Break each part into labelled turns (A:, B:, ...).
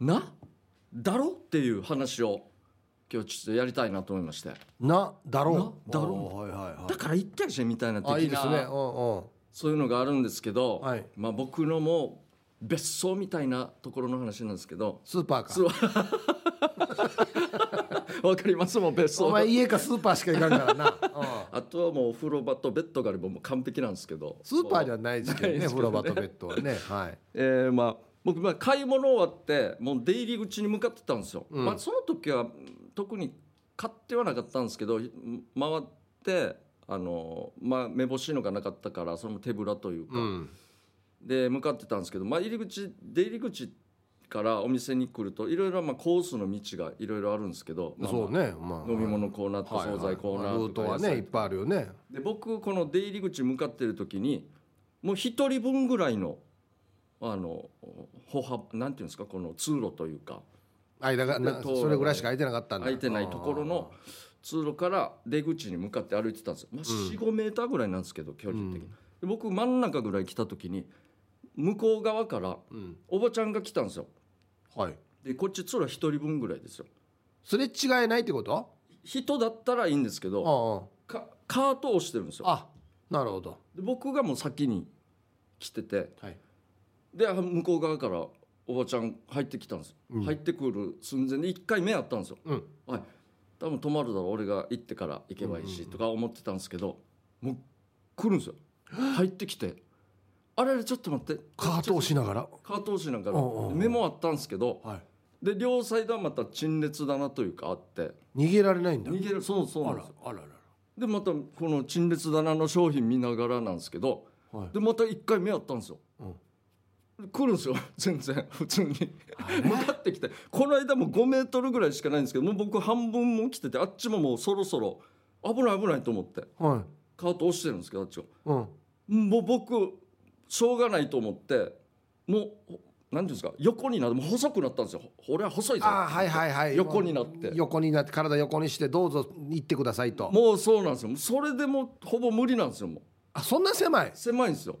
A: なだろっていう話を今日ちょっとやりたいなと思いまして
B: なだろう
A: なだろう
B: おーはいはいはい
A: だから言ったじゃんみたいな的な
B: あいいですねうん
A: そういうのがあるんですけど、
B: はい
A: まあ、僕のもう別荘みたいなところの話なんですけど
B: スーパー
A: そう
B: か
A: わかりますもん別
B: お
A: 荘
B: 前家かスーパーしか行かんからな、 うん
A: あとはもうお風呂場とベッドがあればもう完璧なんですけど
B: スーパーではないですけど
A: ない
B: ね
A: ですけど
B: 風呂
A: ね
B: 場とベッドはねはい
A: えーまあ僕まあ買い物終わってもう出入り口に向かってたんですよ、
B: うん
A: まあ、その時は特に買ってはなかったんですけど回ってあの、まあ、目星のがなかったからそれも手ぶらというか、
B: うん
A: で向かってたんですけど、まあ、入り口出入り口からお店に来るといろいろまあコースの道がいろいろあるんですけど、まあまあ
B: そうねまあ
A: 飲み物コーナーとか
B: はい
A: 惣菜コーナ
B: ル
A: ー
B: ー
A: と
B: ト
A: か
B: はねいっぱいあるよね
A: で僕この出入り口向かってる時にもう一人分ぐらいのあの歩幅なんていうんですかこの通路というか
B: 間が
A: 通
B: な
A: 路がね
B: それぐらいしか空いてなかったんだ
A: 空いてないところの通路から出口に向かって歩いてたんですよ、まあ、
B: うん
A: 45メーターぐらいなんですけど距離的に、
B: うん
A: で僕真ん中ぐらい来た時に向こう側から
B: うん
A: おばちゃんが来たんですよ
B: はい
A: でこっち通路一人分ぐらいですよ
B: すれ違えないってこと
A: 人だったらいいんですけど
B: あ
A: かカートを押してるんですよ
B: ああなるほど
A: で僕がもう先に来てて
B: はい
A: で向こう側からおばちゃん入ってきたんですよ、
B: うん
A: 入ってくる寸前で1回目あったんですよ
B: うん
A: はい多分止まるだろう俺が行ってから行けばいいしとか思ってたんですけどもう来るんですよ入ってきてあれあれちょっと待って
B: カートをしながら
A: カート押しなんか
B: おうおうおう
A: メモあったんですけど
B: はい
A: で両サイドはまた陳列棚というかあって
B: 逃げられないんだ
A: 逃げるそうそうなんですよ
B: あらあら
A: でまたこの陳列棚の商品見ながらなんですけど
B: あらはい
A: でまた1回目あったんですよ
B: うん
A: 来るんですよ 全然普通に向かってきてこの間も5メートルぐらいしかないんですけどもう僕半分も来ててあっちももうそろそろ危ない危ないと思って
B: はい
A: カート押してるんですけどあっちが
B: うん
A: もう僕しょうがないと思ってもう何ていうんですか横になってもう細くなったんですよ俺は細いぞ
B: ああはいはいはい
A: 横になって
B: 横になって体横にしてどうぞ行ってくださいと
A: もうそうなんですよそれでもうほぼ無理なんですよもう
B: あそんな狭い
A: 狭いんですよ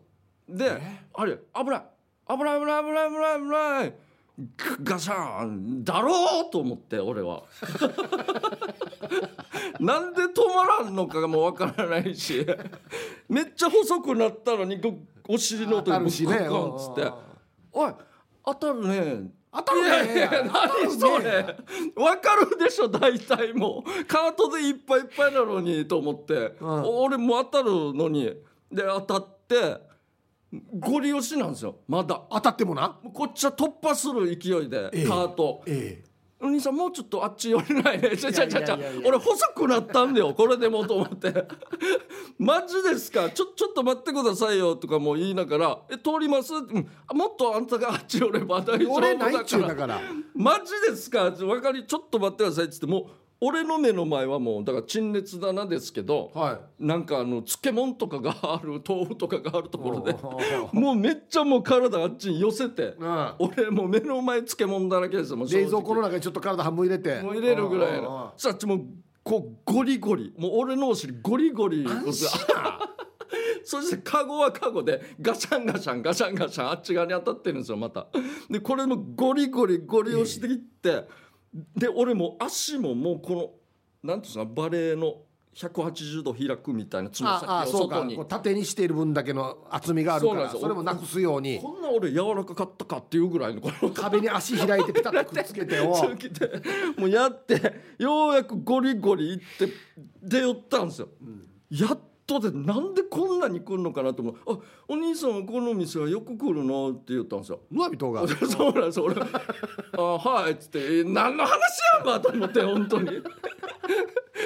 A: であれ危ない危ない危ない危ない危ない危ないぐガシャーンだろうと思って俺 はなんで止まらんのかがもうわからないしめっちゃ細くなったのにぐお尻の音
B: 当たるしね
A: ゴンゴンつっ
B: うん
A: て「おい当たるね」
B: 当たるね
A: いやいや何それわかるでしょ大体もうカートでいっぱいいっぱいなのにと思って、
B: うん
A: 俺もう当たるのにで当たってゴリ押しなんですよまだ
B: 当たってもな
A: こっちは突破する勢いで、
B: ええ
A: カート
B: え
A: お兄さんもうちょっとあっち寄れないねちゃちゃちゃちゃ
B: いやいやいやいや
A: 俺細くなったんだよこれでもうと思って マジですかちょちょっと待ってくださいよとかも言いながらえ通ります、うん、あもっとあんたがあっち寄れば大
B: え
A: 丈夫
B: 俺ない
A: だ
B: っち
A: か
B: ゅう
A: ら
B: だから
A: マジですかちょわかりちょっと待ってくださいっつってもう俺の目の前はもうだから陳列棚ですけど、
B: はい
A: なんかあの漬物とかがある 豆腐とかがあるところで
B: おー
A: もうめっちゃもう体あっちに寄せて
B: うん
A: 俺もう目の前漬物だらけですよもう正直
B: 冷蔵庫の中にちょっと体半分入れて
A: もう入れるぐらい
B: うんうんうん
A: のさあもうこうゴリゴリもう俺のお尻ゴリゴリ
B: 安心や
A: そしてカゴはカゴでガシャンガシャンガシャンガシャンあっち側に当たってるんですよまたでこれもゴリゴリゴリ押していってで俺もう足ももうこのなんていうんですかバレーの180度開くみたいなつま
B: ああ
A: 先を
B: そうか
A: 外に
B: こう縦にしている分だけの厚みがあるか
A: そうなん
B: ら
A: で
B: そ
A: すよ
B: れもなくすように
A: こんな俺柔らかかったかっていうぐらいのこの
B: 壁に足開いてピタッとくっつけ てを
A: そう来てもうやってようやくゴリゴリ行って出寄ったんですよ、やっとでなんでこんなに来るのかなと思う「あお兄さんはこの店はよく来るの?」って言ったんですよ
B: うわ人 が
A: そうなんです俺「あはい」っつってえ「何の話やんば」と思って本当に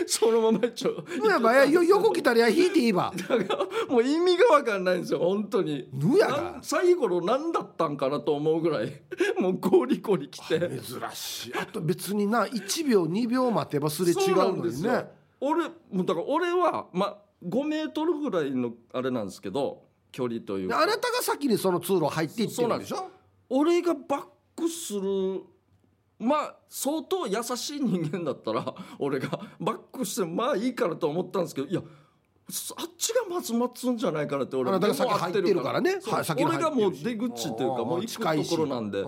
A: そのまま一応
B: うやばいよ横来たりゃ引いていいば
A: だからもう意味が分かんないんですよ本当に
B: ぬやが
A: なん最後の何だったんかなと思うぐらいもうゴリゴリ来て
B: 珍しいあと別にな1秒2秒待てばすれ違う
A: そなん
B: の
A: です
B: に
A: よ
B: ね
A: 俺もうだから俺はまあ5メートルぐらいのあれなんですけど距離という
B: で
A: か
B: あなたが先にその通路入っていってるんでし
A: そ
B: ょ
A: 俺がバックするまあ相当優しい人間だったら 俺がバックしてまあいいからと思ったんですけどいやそあっちがまず待つんじゃないかなって俺
B: あなたが
A: 目も
B: 先入ってるからね
A: そう
B: はい先に入
A: 俺
B: ってる
A: がもう出口というかもう行くところなんで
B: う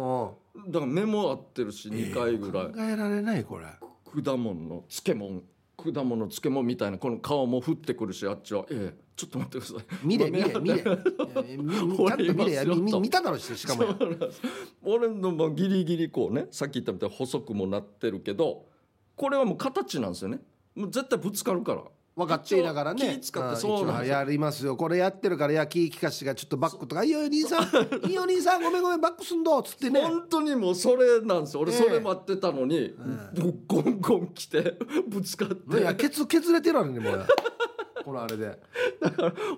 B: ん
A: だから目も合ってるし2回ぐらい、
B: 考えられないこれ
A: 果物の漬物果物の漬物みたいなこの顔も降ってくるしあっちは「ええちょっと待ってください」
B: 見れ見れ
A: ご
B: 見
A: めん
B: れいやみみちゃんと見れや
A: 俺今
B: み
A: ちょっ
B: み
A: と
B: 見ただろうししかもや
A: そうなんです俺のもギリギリこうねさっき言ったみたいに細くもなってるけどこれはもう形なんですよねもう絶対ぶつかるから
B: 分かっていながらね
A: 気使っ
B: あ
A: て
B: ー
A: そう
B: 一
A: なん
B: 応
A: ですよ
B: やりますよこれやってるからいや気利かしがちょっとバックとか「いいよ兄さんいいよ兄さんごめんごめんバックすんど」っつってね
A: 本当にもうそれなんですよ俺
B: ええ
A: それ待ってたのに、ゴンゴン来てぶつかって
B: いやケツ削れてるのにもうこのあれで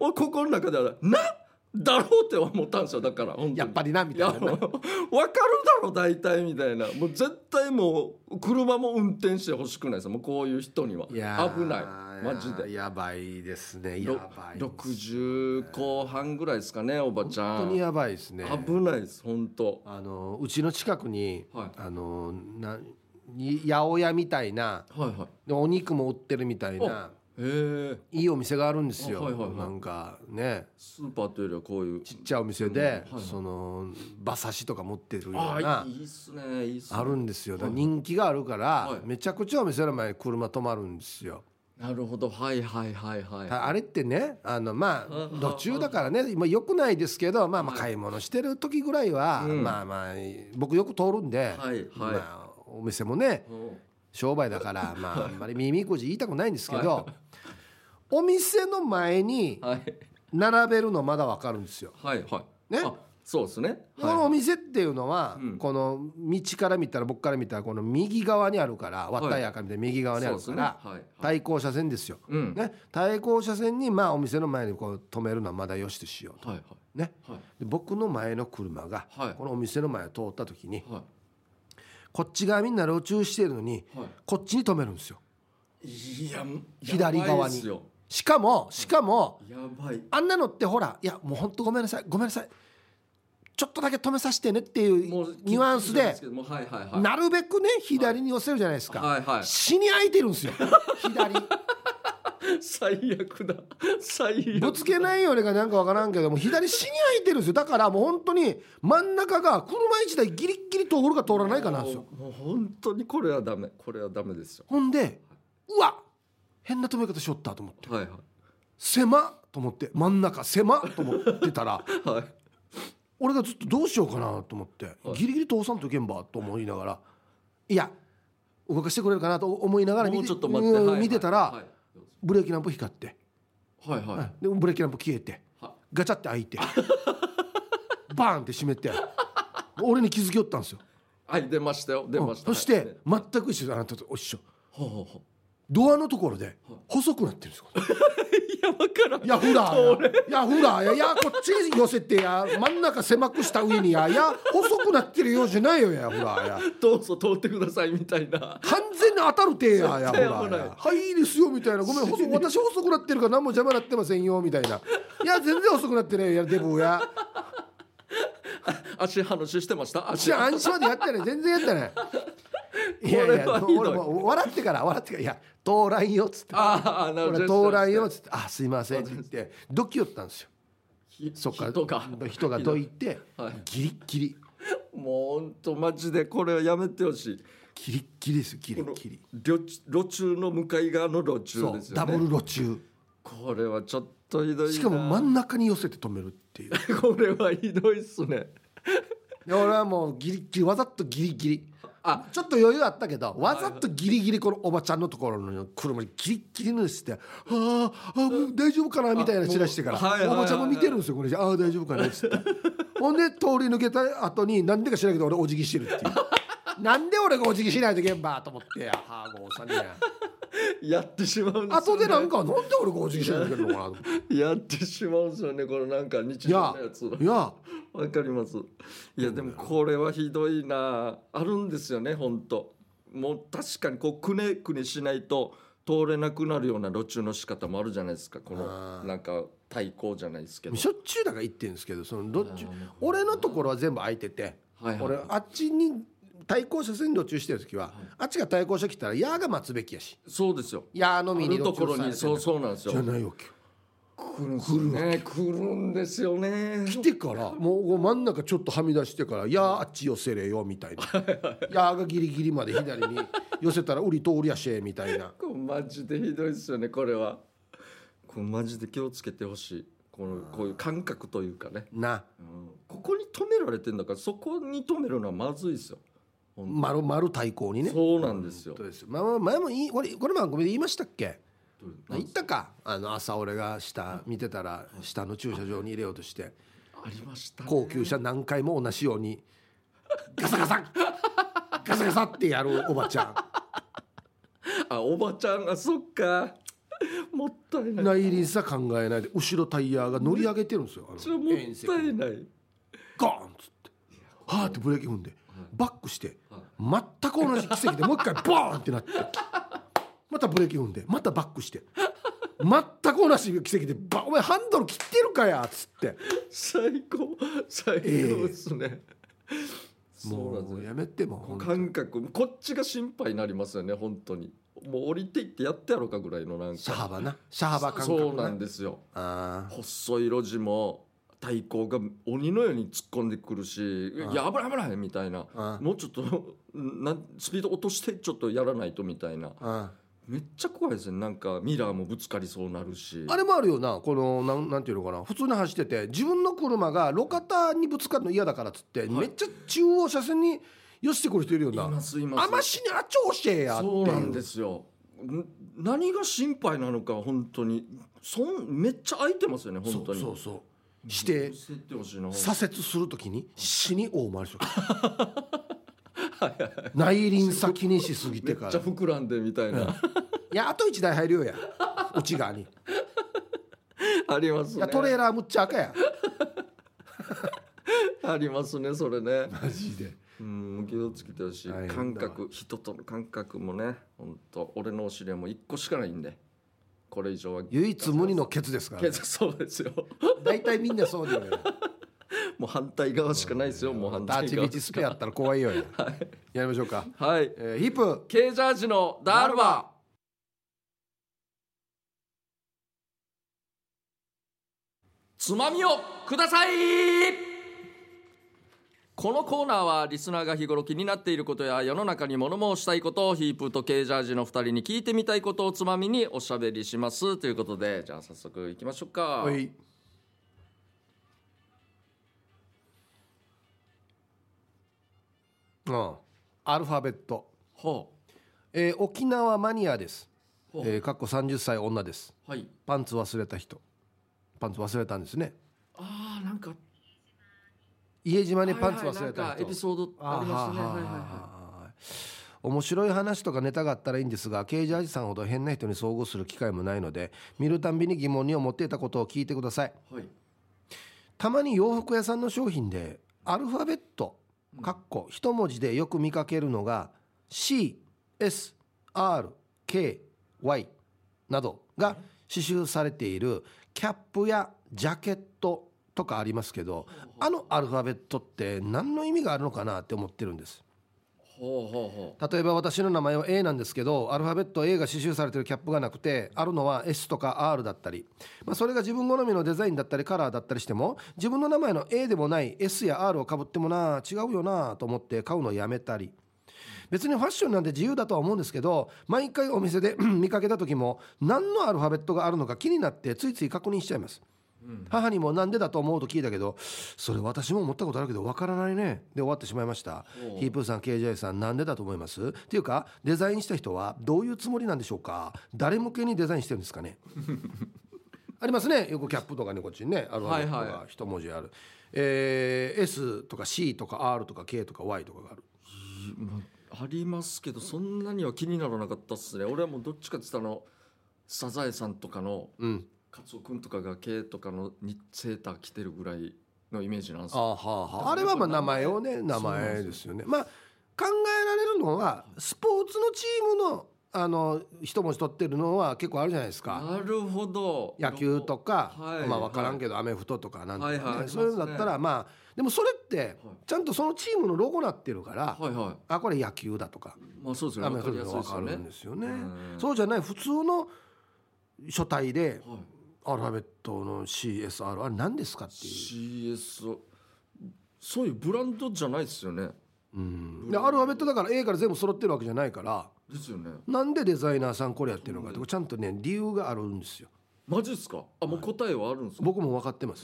A: 俺心の中ではなだろうって思ったんですよだから本当に
B: やっぱりなみたいなね
A: やもう分かるだろ大体みたいなもう絶対もう車も運転してほしくないですもうこういう人には危ないマジで
B: ややばいですねや
A: ろ
B: ばい
A: 60後半ぐらいですかねおばちゃ
B: 本当
A: ん
B: にやばいですね
A: 危ないです本当
B: あのうちの近くに、
A: はい
B: あのなに八百屋みたいな
A: はいはい
B: でお肉も売ってるみたいな
A: へえ
B: いいお店があるんですよ、
A: あはいはいはい
B: なんかね
A: スーパーというよりはこういう
B: ちっちゃいお店で、
A: うんはい
B: その馬刺しとか持ってるよう
A: あ
B: な
A: あいいっすねいいっすね
B: あるんですよだから人気があるから、
A: はい
B: めちゃくちゃお店の前に車止まるんですよ、
A: なるほどはいはいはいはい
B: ああれってねあのま
A: うんう
B: あ
A: ん
B: 途中だからね今良くないですけど、まあ、まあ買い物してる時ぐらいは、
A: うん
B: まあまあ僕よく通るんで、
A: はいはい
B: まあ、お店もね
A: うん
B: 商売だから、 まあ、あんまり耳こじ言いたくないんですけど、お店の前に
A: はい
B: 並べるのまだわかるんですよ。
A: はいはい
B: ね
A: あそうですね
B: このお店っていうのは、
A: うん
B: この道から見たら僕から見たらこの右側にあるから
A: い
B: わったやかみたいな右側にある
A: そ
B: か
A: うですねは
B: ら、
A: いはい
B: 対向車線ですよ。
A: うん
B: ね、対向車線にまあお店の前にこう止めるのはまだよしとしようと。
A: はいはい
B: ね、
A: はい
B: で僕の前の車が
A: はい
B: このお店の前を通った時に
A: は
B: こっち側みんな路中してるのに
A: いは
B: こっちに止めるんですよ。
A: いいや
B: 左側に
A: やばいっすよ
B: しかもしかも
A: やばい
B: あんなのってほらいやもうほんとごめんなさいごめんなさいちょっとだけ止めさせてねっていう
A: もう
B: ニュアンスで
A: 聞いてるんすけどもうはいはいはい
B: なるべくね左に寄せるじゃないですか、
A: はいはい
B: 死に空いてるんですよ左
A: 最悪だ最悪
B: ぶつけないよりがなんかわからんけども左死に空いてるんですよだからもう本当に真ん中が車1台ギリッギリ通るか通らないかなんですよ
A: もうもう本当にこれはダメこれはダメですよ
B: ほんでうわ変な止め方しよったと思って
A: はいはい
B: 狭っと思って真ん中狭っと思ってたら
A: はい
B: 俺がずっとどうしようかなと思って
A: はい
B: ギリギリ通さんといけんばと思いながらいや動かしてくれるかなと思いながら見
A: もう
B: て
A: ちょっと待って、
B: うん
A: はい
B: 見てた
A: は
B: ら
A: い
B: ブレーキランプ光って
A: はいはいはい
B: でブレーキランプ消えて
A: は
B: ガチャって開いて バーンって閉めて俺に気づきよったんですよ、
A: はい出ましたよ出
B: う
A: ま
B: ん
A: した
B: そし
A: はい
B: て全く一緒あなたと一緒
A: ほうほう ほ
B: ドアのところで細くなってるんですよ
A: ういやわからん
B: いやフラー やいやフラーやいやこっちに寄せてや真ん中狭くした上にやいや細くなってるようじゃないよやフラーや
A: どうぞ通ってくださいみたいな
B: 完全に当たる手ややほ
A: 手
B: ら
A: やほら
B: はいいいですよみたいなごめん細く私細くなってるから何も邪魔なってませんよみたいないや全然細くなってないよいやデブや
A: 足話してました足
B: 私は安心までやってない全然やっ てないいやいや
A: これはひどい
B: 俺も笑ってから笑ってから「いや到来よ」っつって
A: ああ
B: 「
A: な
B: ほ
A: る
B: ら
A: ほ
B: 到
A: ど
B: 来よ」っつって「あすいません」って言ってドキよったんですよ
A: そ
B: そっか
A: 人が
B: 人がどいて
A: はい
B: ギリッギリ
A: もう本当マジでこれはやめてほしい
B: ギリッギリですギリ
A: この
B: ッギリ
A: 路路中の向かい側の路中
B: そ
A: で
B: う
A: す
B: ダ
A: よ
B: ブ
A: ね
B: ル路中
A: これはちょっとひどいな
B: しかも真ん中に寄せて止めるっていう
A: これはひどいっすね
B: で俺はもうギリッギリわざとギリギリ
A: あ
B: ちょっと余裕あったけどわざとギリギリこのおばちゃんのところの車にギリッギリのして「あーあーもう大丈夫かな」みたいな散らしてから、
A: あもうはいはいはい
B: おばちゃんも見てるんですよこれじゃああー大丈夫かな」っつってほんで通り抜けた後に何でか知らんけど俺お辞儀してるっていうなんで俺がお辞儀しないと現場と思ってはあもうさんや
A: やってしまうんですよね
B: 後でなんかなんで俺がお辞儀しないといけんのかなと思って
A: やってしまうんですよねこのなんか日
B: いや
A: 常 のやつ
B: いや
A: わかりますいやでもこれはひどいなあるんですよね本当もう確かにこうくねくねしないと通れなくなるような路中の仕方もあるじゃないですかこ
B: あ
A: の
B: ー
A: なんか対抗じゃないですけど
B: しょっちゅうだから言ってるんですけどそのどっち
A: あーなるほど
B: 俺のところは全部空いてて、
A: はいはい
B: 俺あっちに対向車線に路中してる時は、あっちが対向車来たら「や」が待つべきやし
A: そうですよ
B: 「や」の
A: あ
B: みに
A: る
B: 路
A: ところ
B: 中され
A: に
B: て
A: そうそうなんです
B: じゃ
A: よ
B: ないわけよ
A: 来るんですよね来るんですよね
B: 来てからもう真ん中ちょっとはみ出してから「いやーあっち寄せれよ」みたいな「いやーがギリギリまで左に寄せたら売り通りやしえ」みたいな
A: これマジでひどいですよねこれはこれマジで気をつけてほしいこのこういう感覚というかね、
B: な
A: うんここに止められてんだからそこに止めるのはまずいですよ、本
B: 丸丸対抗に
A: 当
B: ね
A: そうなんですよ、
B: そうですまあまあ前もいいこれこれ番組で言いましたっけ
A: なん
B: 言ったかあの朝俺が下見てたら下の駐車場に入れようとして
A: ありました、ね、
B: 高級車何回も同じようにガサガサガサガサってやるおばちゃ
A: あおばちゃんあそっかもったいなんい
B: 内輪差考えないで後ろタイヤが乗り上げてるんですよあの
A: それはもっ
B: 遠赤
A: たいない
B: ゴーンっつってはーってブレーキ踏んでバックして
A: は
B: 全く同じ奇跡でもう一回ボーンってなってまたブレーキ踏んでまたバックして全く同じ奇跡でバお前ハンドル切ってるかやっつって
A: 最高最高ですね、そう
B: も
A: なんです
B: う
A: ね
B: やめてもう本当
A: 感覚こっちが心配になりますよね本当にもう降りていってやってやろうかぐらいのなんか
B: 車幅な車幅感覚
A: そうなんですよ
B: あ
A: 細い路地も対向が鬼のように突っ込んでくるし
B: あ
A: いや危ない危ないみたいな
B: ーあー
A: もうちょっとなんスピード落としてちょっとやらないとみたいな
B: あ
A: めっちゃ怖いですねなんかミラーもぶつかりそうなるし
B: ーあれもあるよなこのなんなんていうのかな普通に走ってて自分の車が路肩にぶつかるの嫌だからっつって、めっちゃ中央車線に寄せてくる人いるよ
A: い
B: な
A: ますいます
B: あましにあっちょ教えやってい
A: そうなん
B: う
A: ですよん何が心配なのか本当にそんめっちゃ空いてますよね本当に
B: そうそうそうして
A: 教えてほしいな
B: 左折するときに死に大回り しとけ内輪差気にしすぎ
A: め
B: て
A: っちゃ
B: からい
A: 膨らんでみたいな
B: やあと1台入るよや内側にい
A: ありますね
B: やトレーラーむっちゃ赤や
A: ありますねそれね
B: マジで
A: うん気をつけてほしい
B: 大変だわ
A: 感覚人との感覚もね本当俺のお尻はもう1個しかないんでこれ以上は
B: 唯一無二のケツですから
A: け
B: ね
A: ど そうですよ
B: 大体みんなそうだよね
A: もう反対側しかないですよもう反
B: ダ
A: 対
B: ーチビ
A: 側
B: ーチスペアやったら怖いよややりましょうか
A: はい
B: えーヒップ
A: ケージャージのダールバーつまみをくださいこのコーナーはリスナーが日頃気になっていることや世の中に物申したいことをヒープーとケージャージの2人に聞いてみたいことをつまみにおしゃべりしますということでじゃあ早速いきましょうか、
B: はいうんアルファベット
A: ほ
B: えー沖縄マニアです。
A: ほう
B: えー、かっこ30歳女です。
A: うはい
B: パンツ忘れた人。パンツ忘れたんですね。
A: ああなんか
B: 家島にパンツ忘れ
A: はいはいな
B: た
A: んかエピ
B: 人。
A: ソードあ
B: ー
A: りましたね
B: は
A: は
B: あ
A: い
B: は
A: はいは
B: あはあ面白い話とかネタがあったらいいんですがケージアジさんほど変な人に遭遇する機会もないので見るたんびに疑問に思っていたことを聞いてください
A: いはい
B: たまに洋服屋さんの商品でアルファベットかっこ一文字でよく見かけるのが CSRKY などが刺繍されているキャップやジャケットとかありますけどあのアルファベットって何の意味があるのかなって思ってるんです
A: ほうほうほう
B: 例えば私の名前は A なんですけどアルファベット A が刺繍されてるキャップがなくてあるのは S とか R だったり、まあ、それが自分好みのデザインだったりカラーだったりしても自分の名前の A でもない S や R をかぶってもな違うよなと思って買うのをやめたり別にファッションなんて自由だとは思うんですけど毎回お店で 見かけた時も何のアルファベットがあるのか気になってついつい確認しちゃいます母にもなんでだと思うと聞いたけどそれ私も思ったことあるけどわからないねで終わってしまいました
A: おう
B: ヒープーさん KJ さんなんでだと思いますっていうかデザインした人はどういうつもりなんでしょうか誰向けにデザインしてるんです かねありますねよくキャップとかねこっちにねある
A: はいはい
B: が一文字ある、えー S とか C とか R とか K とか Y とかがある
A: まあありますけどそんなには気にならなかったっすね俺はもうどっちかって言ったらあのサザエさんとかの
B: うん
A: カツオ君とかが毛とかのにセーター着てるぐらいのイメージなんです
B: あ
A: よ
B: はあはああれはまあ名前をね名
A: そうなんです
B: 前
A: よ
B: ですよねまあ考えられるのはスポーツのチームのあの一文字取ってるのは結構あるじゃないですか
A: なるほど
B: 野球とか、
A: はい
B: まあ分からんけどアメフトとかなんとか、ね
A: はいはいありますね
B: そういうのだったらまあでもそれって
A: はい
B: ちゃんとそのチームのロゴなってるから、
A: はいは
B: あこれ野球だとか
A: いまあそうですよ
B: ア
A: ね
B: メ
A: わか
B: フト
A: り
B: だ
A: や
B: と
A: すい
B: か
A: で
B: 分
A: す
B: か
A: よ
B: るん
A: ね
B: ですよね
A: うん
B: そうじゃない普通の書体で
A: はい
B: アルファベットの CSR あれ何ですかっていう
A: CS そういうブランドじゃないですよね
B: うんでアルファベットだから A から全部揃ってるわけじゃないから
A: ですよね
B: なんでデザイナーさんこれやってるのかってこれちゃんとね理由があるんですよ
A: マジですかあもう答えはあるんですか、
B: 僕も分かってます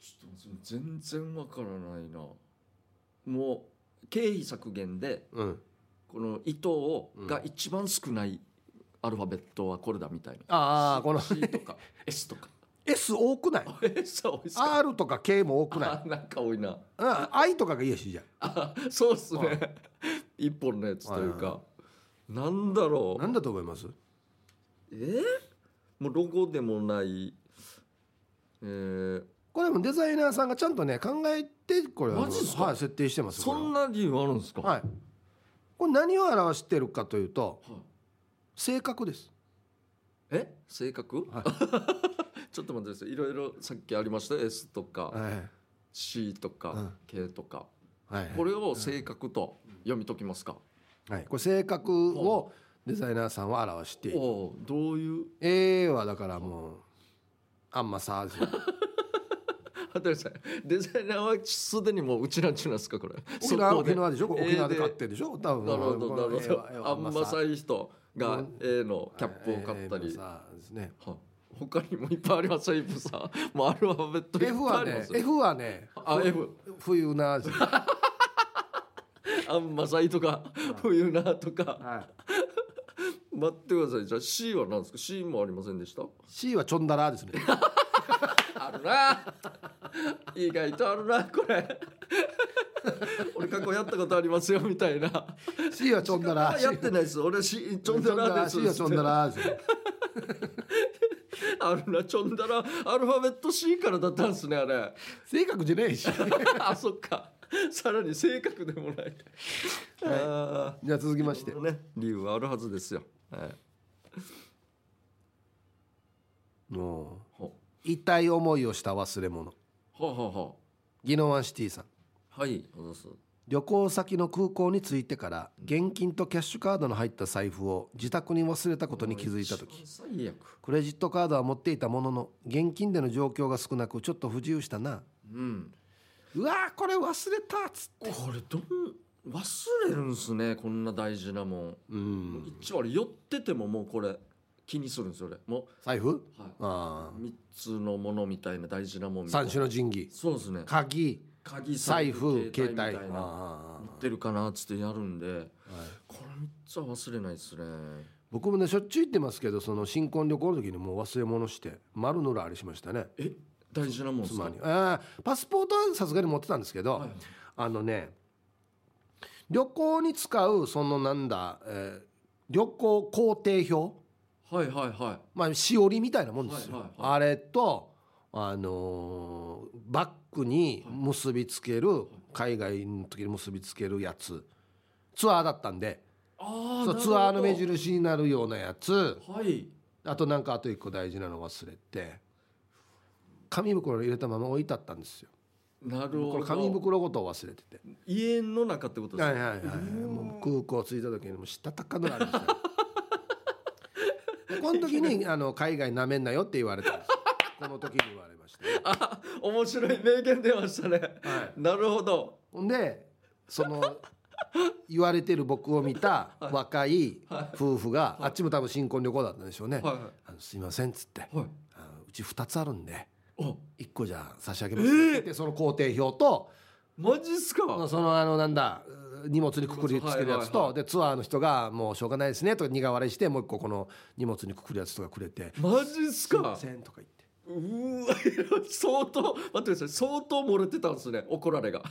A: ちょっと全然わからないなもう経費削減で
B: うん
A: この糸をが一番少ないアルファベットはこれだみたいな、
B: ああこの
A: C とか S とか
B: S 多くない
A: えそうですか
B: R とか K も多くない
A: あなんか多いな
B: うん I とかがいいやしじゃあ
A: あそうっすね一本のやつというかなんだろう
B: 何だと思います
A: えーもうロゴでもないえー
B: これもデザイナーさんがちゃんとね考えてこれあの
A: マジっすか
B: はい、設定してます
A: そん
B: な
A: な理由あるんですか、
B: はいこれ何を表してるかというと
A: はい
B: 性格です
A: え性格、
B: は
A: ちょっと待ってくださいいろいろさっきありました S とか
B: はい
A: C と
B: う
A: か
B: ん
A: K とか
B: はい
A: これを性格と読み解きますか、
B: はい、これ性格をデザイナーさんは表してい
A: お
B: る
A: おうどういう
B: A はだからもうあんまさですよ
A: あたりさんデザイナーはすでにもううちなんちゅうなんですかこれ
B: 沖縄
A: そこで
B: 沖縄でしょこれ
A: A
B: 沖縄で買ってるでしょ多分
A: なるほどなるほ
B: この A
A: ど
B: は
A: あんまさい人が A のキャップを買ったり、
B: A はさですね
A: は他にもいっぱいありますよイブさんもうアルファベットいっ
B: F
A: ぱいあ
B: は
A: りま
B: ね
A: すよ
B: F はね
A: あ F
B: 冬なですよ
A: あんまさいとか冬なとか、
B: はい
A: 待ってくださいじゃあ C は何ですか C もありませんでした
B: C はちょんだ らですね
A: あるな意外とあるなこれ俺過去やったことありますよみたいな
B: C はちょんだら
A: やってないです俺 C ちょんだらです
B: C はちょんだ らですね
A: あるなちょんだらアルファベット C からだったんですねあ れ
B: 性格じゃないし
A: あそっかさらに正確でもない、あ
B: じゃあ続きま
A: あ
B: して
A: ね理由はあるはずですよ、はい
B: もう
A: ほ
B: 痛い思いをした忘れ物
A: ほうほうほ
B: ギノワンシティさん
A: うはいあざっす
B: 旅行先の空港に着いてから現金とキャッシュカードの入った財布を自宅に忘れたことに気づいた時
A: 一番最悪
B: クレジットカードは持っていたものの現金での状況が少なくちょっと不自由したな
A: うん
B: うわーこれ忘れたっつって
A: これどん忘れるんすねこんな大事なもん、
B: うん
A: 一応あれ寄っててももうこれ気にするんですよ俺も
B: 財布
A: う、はい、
B: あ
A: 3つのものみたいな大事なもんみたい
B: 3
A: な
B: 種の神器
A: そうですね
B: 鍵
A: 鍵
B: 財布携帯
A: みたいな
B: あ
A: 持
B: ー
A: ってるかなっつってやるんで
B: はい
A: これ3つは忘れないですね
B: 僕もねしょっちゅう言ってますけどその新婚旅行の時にもう忘れ物して丸の裏あれしましたね
A: え大事なもんっす
B: 妻
A: か
B: にあーパスポートはさすがに持ってたんですけど、
A: はい
B: あのね旅行に使うそのなんだ、えー旅行行程表
A: はいはいは
B: まあしおりみたいなもんですよ、
A: はいはいは
B: あれとあのーバッグに結びつける、海外の時に結びつけるやつツアーだったんで
A: いあ
B: そう
A: あ
B: ツアーの目印になるようなやつ
A: はい
B: あとなんかあと一個大事なの忘れて紙袋に入れたまま置いてあったんですよ
A: なる
B: こ
A: ほ
B: れ
A: ど
B: 紙袋ごと忘れてて
A: 家の中ってことです
B: はい
A: ね
B: はいはいはい、もう空港着いた時にもうしたたかのあるんですよこの時にあの海外なめんなよって言われたんですこの時に言われましたね
A: あ面白い名言出ましたね、
B: は
A: なるほど
B: ほんでその言われてる僕を見た若い夫婦が、あっちも多分新婚旅行だったんでしょうね「
A: はい
B: あのすいません」っつって、
A: はい
B: あのうち2つあるんで
A: お
B: 1個じゃ差し上げます」って言ってその工程表と
A: マジっすか、
B: まあそのあのなんだう荷物にくくりつけるやつと、
A: はいはいは
B: でツアーの人が「もうしょうがないですね」とか苦笑いしてもう一個この荷物にくくるやつとかくれて「
A: マジっす
B: すいま
A: か
B: せん」とか言って
A: うーわ相当待ってください相当漏れてたんですね怒られが、
B: い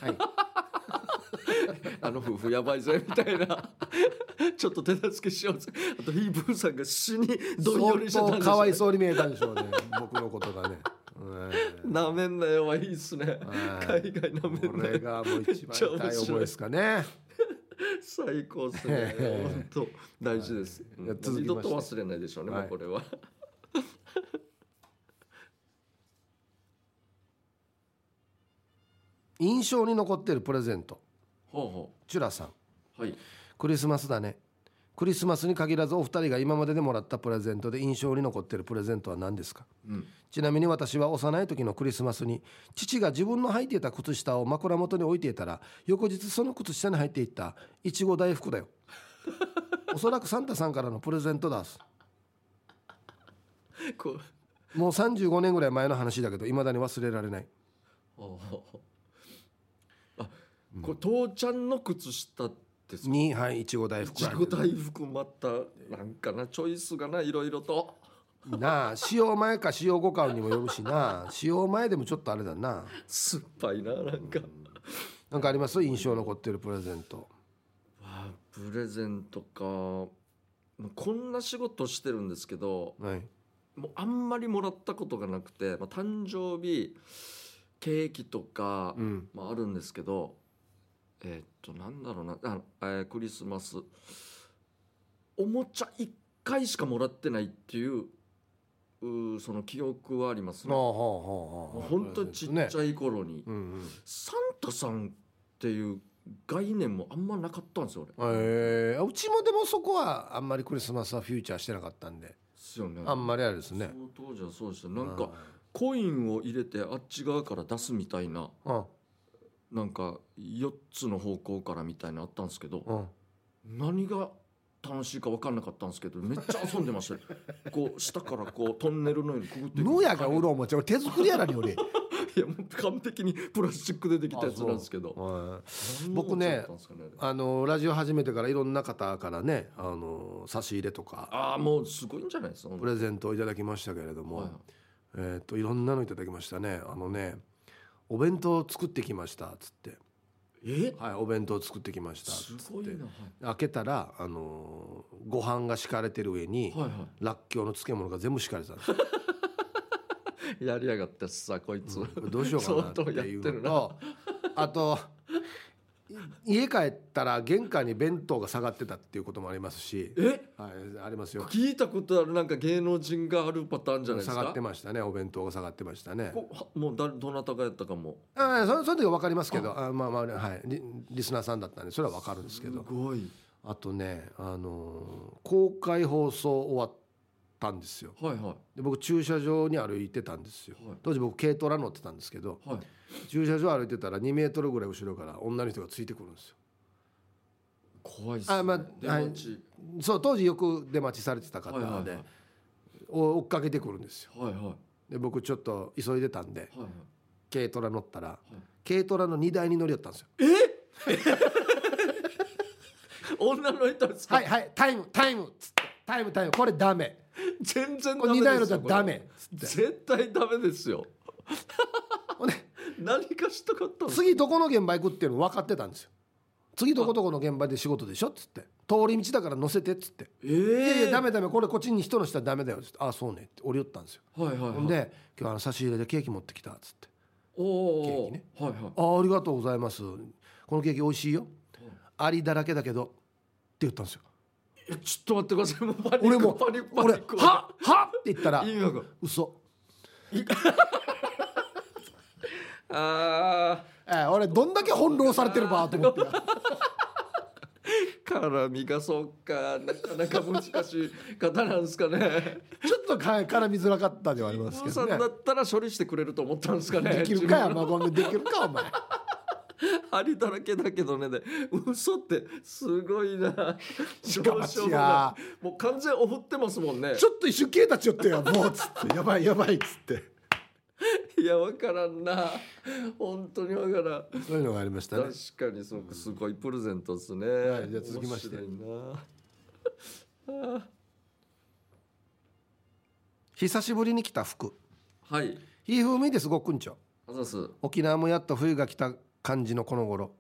A: あの夫婦やばいぜみたいな ちょっと手助けしようぜあとヒーブーさんが死に どんよりしてたんで
B: 相
A: す
B: 当かわい
A: よ
B: そうに見えたんでしょうね僕のこと がね。うん
A: なめんなよはいいっすね
B: はい
A: 海外なめ
B: こ
A: んな
B: れ
A: よ
B: がも
A: め
B: う一番
A: っ
B: 痛
A: ち
B: い
A: ゃ面白
B: 思
A: い
B: いです かね。
A: 最高っす ね本当大事です、
B: い
A: うん
B: 続
A: 二
B: き
A: 度
B: まして
A: と忘れないでしょうね、
B: はい
A: もうこれは
B: 印象に残ってるプレゼント
A: ほうほ
B: チュラさん
A: うはい
B: クリスマスだねクリスマスに限らずお二人が今まででもらったプレゼントで印象に残っているプレゼントは何ですか、ちなみに私は幼い時のクリスマスに父が自分の履いていた靴下を枕元に置いていたら翌日その靴下に入っていったいちご大福だよ おそらくサンタさんからのプレゼントだす
A: こう
B: もう35年ぐらい前の話だけどいまだに忘れられない
A: おおあこれ父ちゃんの靴下ですか
B: にはいいちご大福
A: 自
B: が
A: 己大福またなんかなチョイスがないろいろと
B: なあ使用前か使用後かにもよるしな使用前でもちょっとあれだな
A: 酸っぱいななんか、
B: なんかあります印象残ってるプレゼント
A: わあプレゼントかもうこんな仕事してるんですけど
B: はい
A: もうあんまりもらったことがなくて、まあ、誕生日ケーキとか、
B: うん
A: まあ、あるんですけどえーっとなんだろうなあの、えークリスマスおもちゃ1回しかもらってないっていううーその記憶はありますね。
B: ほ
A: もう
B: うほうほうほう
A: 本当にちっち
B: ね
A: ゃい頃に、
B: うんうん
A: サンタさんっていう概念もあんまなかったんですよ俺。で
B: えー、うちもでもそこはあんまりクリスマスはフューチャーしてなかったんです
A: よね。
B: あんまりあれですね
A: その当時はそうでしたなんかコインを入れてあっち側から出すみたいな
B: うん
A: なんか4つの方向からみたいなのあったんですけど
B: うん
A: 何が楽しいか分かんなかったんですけどめっちゃ遊んでま したよこう下からこうトンネルのようにくぐっていく
B: 野やが売るおもちゃ俺手作りやな に俺
A: いやもう完璧にプラスチックでできたやつなんですけど
B: はい
A: 何の
B: 僕ね
A: おもちゃだったんですかね
B: あのラジオ始めてからいろんな方からねあの差し入れとか
A: ああもうすごいんじゃないですか
B: プレゼントをいただきましたけれども、
A: はい
B: えー、といろんなのいただきましたねあのねお弁当を作ってきましたっつって
A: え
B: はいお弁当を作ってきましたっ
A: す
B: つ
A: ご
B: っ
A: い
B: て
A: なは
B: 開けたらあのーご飯が敷かれてる上に、
A: いはいは
B: らっきょうの漬物が全部敷かれてたんですよ
A: い やりやがったしさこいつ、
B: こ れどうしようかなって
A: 相当やっ
B: い
A: て
B: う
A: る
B: の
A: な
B: とあとい家帰ったら玄関に弁当が下がってたっていうこともありますし、
A: え
B: はい、ありますよ
A: 聞いたことあるなんか芸能人があるパターンじゃないで
B: 下
A: す
B: がっ
A: か
B: てましたねお弁当が下がってましたね
A: こはもうだどなたかやったかも
B: ああそその時は分かりますけどあまあまあ、はい、リリスナーさんだったんでそれは分かるんですけど
A: ごい
B: あとね、あのー公開放送終わったんですよ
A: はいは
B: で僕駐車場に歩いてたんですよ、
A: はい
B: 当時僕軽トラ乗ってたんですけど
A: いはい
B: 駐車場歩いてたら2メートルぐらい後ろから女の人がついてくるんですよ
A: 怖いっすね
B: あまあ
A: 出
B: はい
A: 待ち
B: そう当時よく出待ちされてた方
A: はい
B: で、
A: はいはいはい
B: お追っかけてくるんですよ
A: はいは
B: で僕ちょっと急いでたんで
A: いはい
B: 軽トラ乗ったら、軽トラの荷台に乗り寄ったんですよ
A: 女の人ですか、
B: はいはいタイムタイムっつってタイムタイムこれダメ
A: 全然
B: こ
A: ダメ
B: れ荷
A: で
B: 台乗っ
A: す
B: た
A: よ
B: らダメ
A: これ絶対ダメですよ
B: ほんで
A: 何かしたかったの
B: 次どこの現場行くっていうの分かってたんですよ次どこどこの現場で仕事でしょっつって通り道だから乗せてっつって
A: え
B: 「いやいや
A: ー、
B: ダメダメこれこっちに人の下ダメだよ」っつって「ああそうね」って降りよったんですよ
A: はいはい
B: ほ
A: は
B: ん
A: い
B: で「今日あの差し入れでケーキ持ってきた」っつって
A: おお
B: ケー
A: お、
B: キね
A: はいはい
B: ああありがとうございますこのケーキ美味しいよアリだらけだけど」って言ったんですよ
A: えちょっと待ってくださいもうパニック
B: 俺も
A: パニックパニ
B: 俺
A: ック
B: 「ははって言ったら
A: 意味わかんない
B: 「嘘
A: あ
B: えー俺どんだけ翻弄されてるば」と思って
A: ー絡みがそっかなかなか難しい方なんですか ね
B: ちょっとか絡みづらかったではあり
A: お
B: ますけ
A: 父さ
B: ど
A: んだ
B: ね
A: ったら処理してくれると思ったんですかね
B: できるかや
A: 自分の
B: 孫めできるかお前
A: ありだらけだけどねで嘘ってすごいな
B: ち
A: どうしようもな
B: や
A: いもう完全おふってますもんね
B: ちょっと一瞬消えたちよってよもうっつってやばいやばいっつって
A: いやわからんな本当にわからん
B: そういうのがありましたね
A: 確かにすごくすごいプレゼントですね、
B: いじゃあ続きまして
A: 面白いな
B: 久しぶりに着た服
A: はい
B: ひいふみですごくんちょ
A: あざっす
B: 沖縄もやっと冬が来た感じのこの頃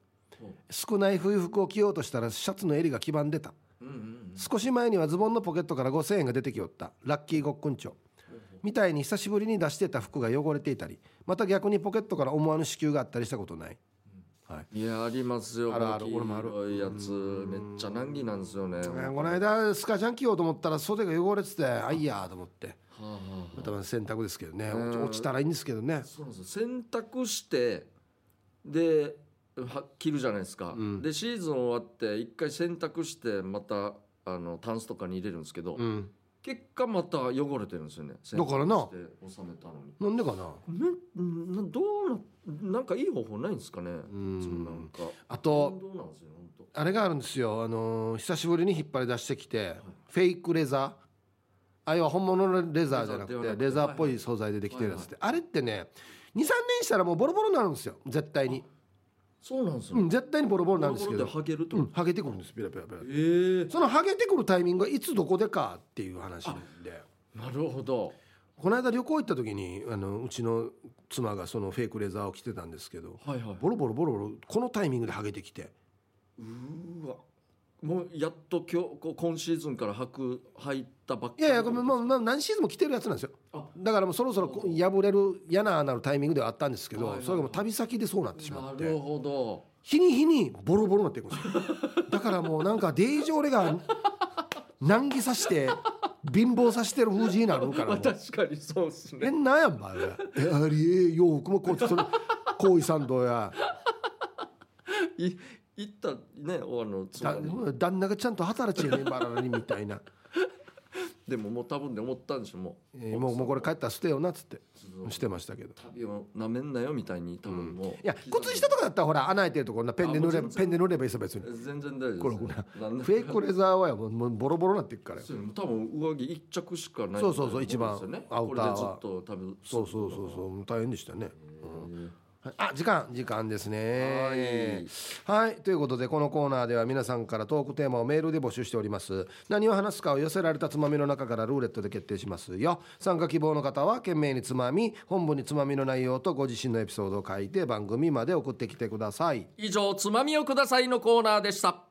B: 少ない冬服を着ようとしたらシャツの襟が黄ばんでた
A: うんうん
B: 少し前にはズボンのポケットから5,000円が出てきよったラッキーごっくんちょみたいに久しぶりに出してた服が汚れていたりまた逆にポケットから思わぬ支給があったりしたことない、はい
A: いやありますよ
B: あるある
A: この
B: 俺もある
A: 黄色いやつめっちゃ難儀なんですよね
B: え
A: は
B: ーこの間スカジャン着ようと思ったら袖が汚れててあいやーと思って
A: あはあ
B: またまあ洗濯ですけどね
A: うん
B: 落ち落ちたらいいんですけどね
A: そうなんですよ洗濯してでは着るじゃないですか、でシーズン終わって一回洗濯してまたあのタンスとかに入れるんですけど、
B: うん
A: 結果また汚れてるんですよね
B: だからな
A: 洗濯して収めたのに
B: なんでかな
A: めなどうななんかいい方法ないんですかね
B: ん
A: そなんか
B: あと
A: 運動なんですよ本当
B: あれがあるんですよ、あのー久しぶりに引っ張り出してきて、フェイクレザーあれは本物のレザーじゃなく
A: レザーではなく
B: て
A: て
B: レザーっぽい素材でできてるやつって、あれってね23年したらもうボロボロになるんですよ絶対に、
A: そうなんですよ、
B: うん、絶対にボロボロになるんですけ
A: と
B: ど
A: ころで剥げるって
B: う
A: こ
B: ん
A: と、
B: はげてくるんですピラピラピラ
A: えー、
B: そのはげてくるタイミングはいつどこでかっていう話で
A: なるほど
B: この間旅行行った時にあのうちの妻がそのフェイクレザーを着てたんですけど
A: はいはい
B: ボロボロボロボロこのタイミングではげてきて
A: うーわもうやっと今日こ今シーズンから履く履いたばっか
B: いやいやごめんもうもう何シーズンも着てるやつなんですよ
A: あ
B: だからもうそろそろこう破れる嫌ななるタイミングではあったんですけ
A: はいはい
B: ど
A: はい
B: それがもう旅先でそうなってしまっ
A: なる
B: て
A: ほど
B: 日に日にボロボロになっていくんですよだからもうなんかデイジ俺が難儀さして貧乏さしてる風になるからも
A: まあ
B: う
A: 確かにそうですね
B: えなんやんばい俺えありえ洋服もこうそれ高位参道や
A: い行ったねおあの妻
B: だ
A: に
B: 旦那がちゃんと働ちやねんばらにみたいな、
A: でももう多分で思ったんでしょもう、
B: えーもうもうこれ帰ったら捨てようなっつって
A: そう
B: してましたけど
A: 旅をなめんなよみたいに多分もう、
B: いや靴下とかだったらほら穴開いてるところなペンで塗れ
A: あも
B: ば
A: ち
B: ペンで塗ればいいさ別に
A: 全然大丈
B: こ
A: 夫
B: れ
A: です、
B: ほら
A: なんで
B: フェイクレザーはやもうもうボロボロなっていくからよ
A: そうよね多分上着一着しかない
B: そうそうそう
A: みたいなもんですよ
B: 一番アウターは
A: これでずっと多分
B: そうそうそうそう大変でしたね、
A: うん
B: はいあ時間時間ですね
A: は
B: はいということでこのコーナーでは皆さんからトークテーマをメールで募集しております何を話すかを寄せられたつまみの中からルーレットで決定しますよ参加希望の方は懸命につまみ本部につまみの内容とご自身のエピソードを書いて番組まで送ってきてください
A: 以上つまみをくださいのコーナーでした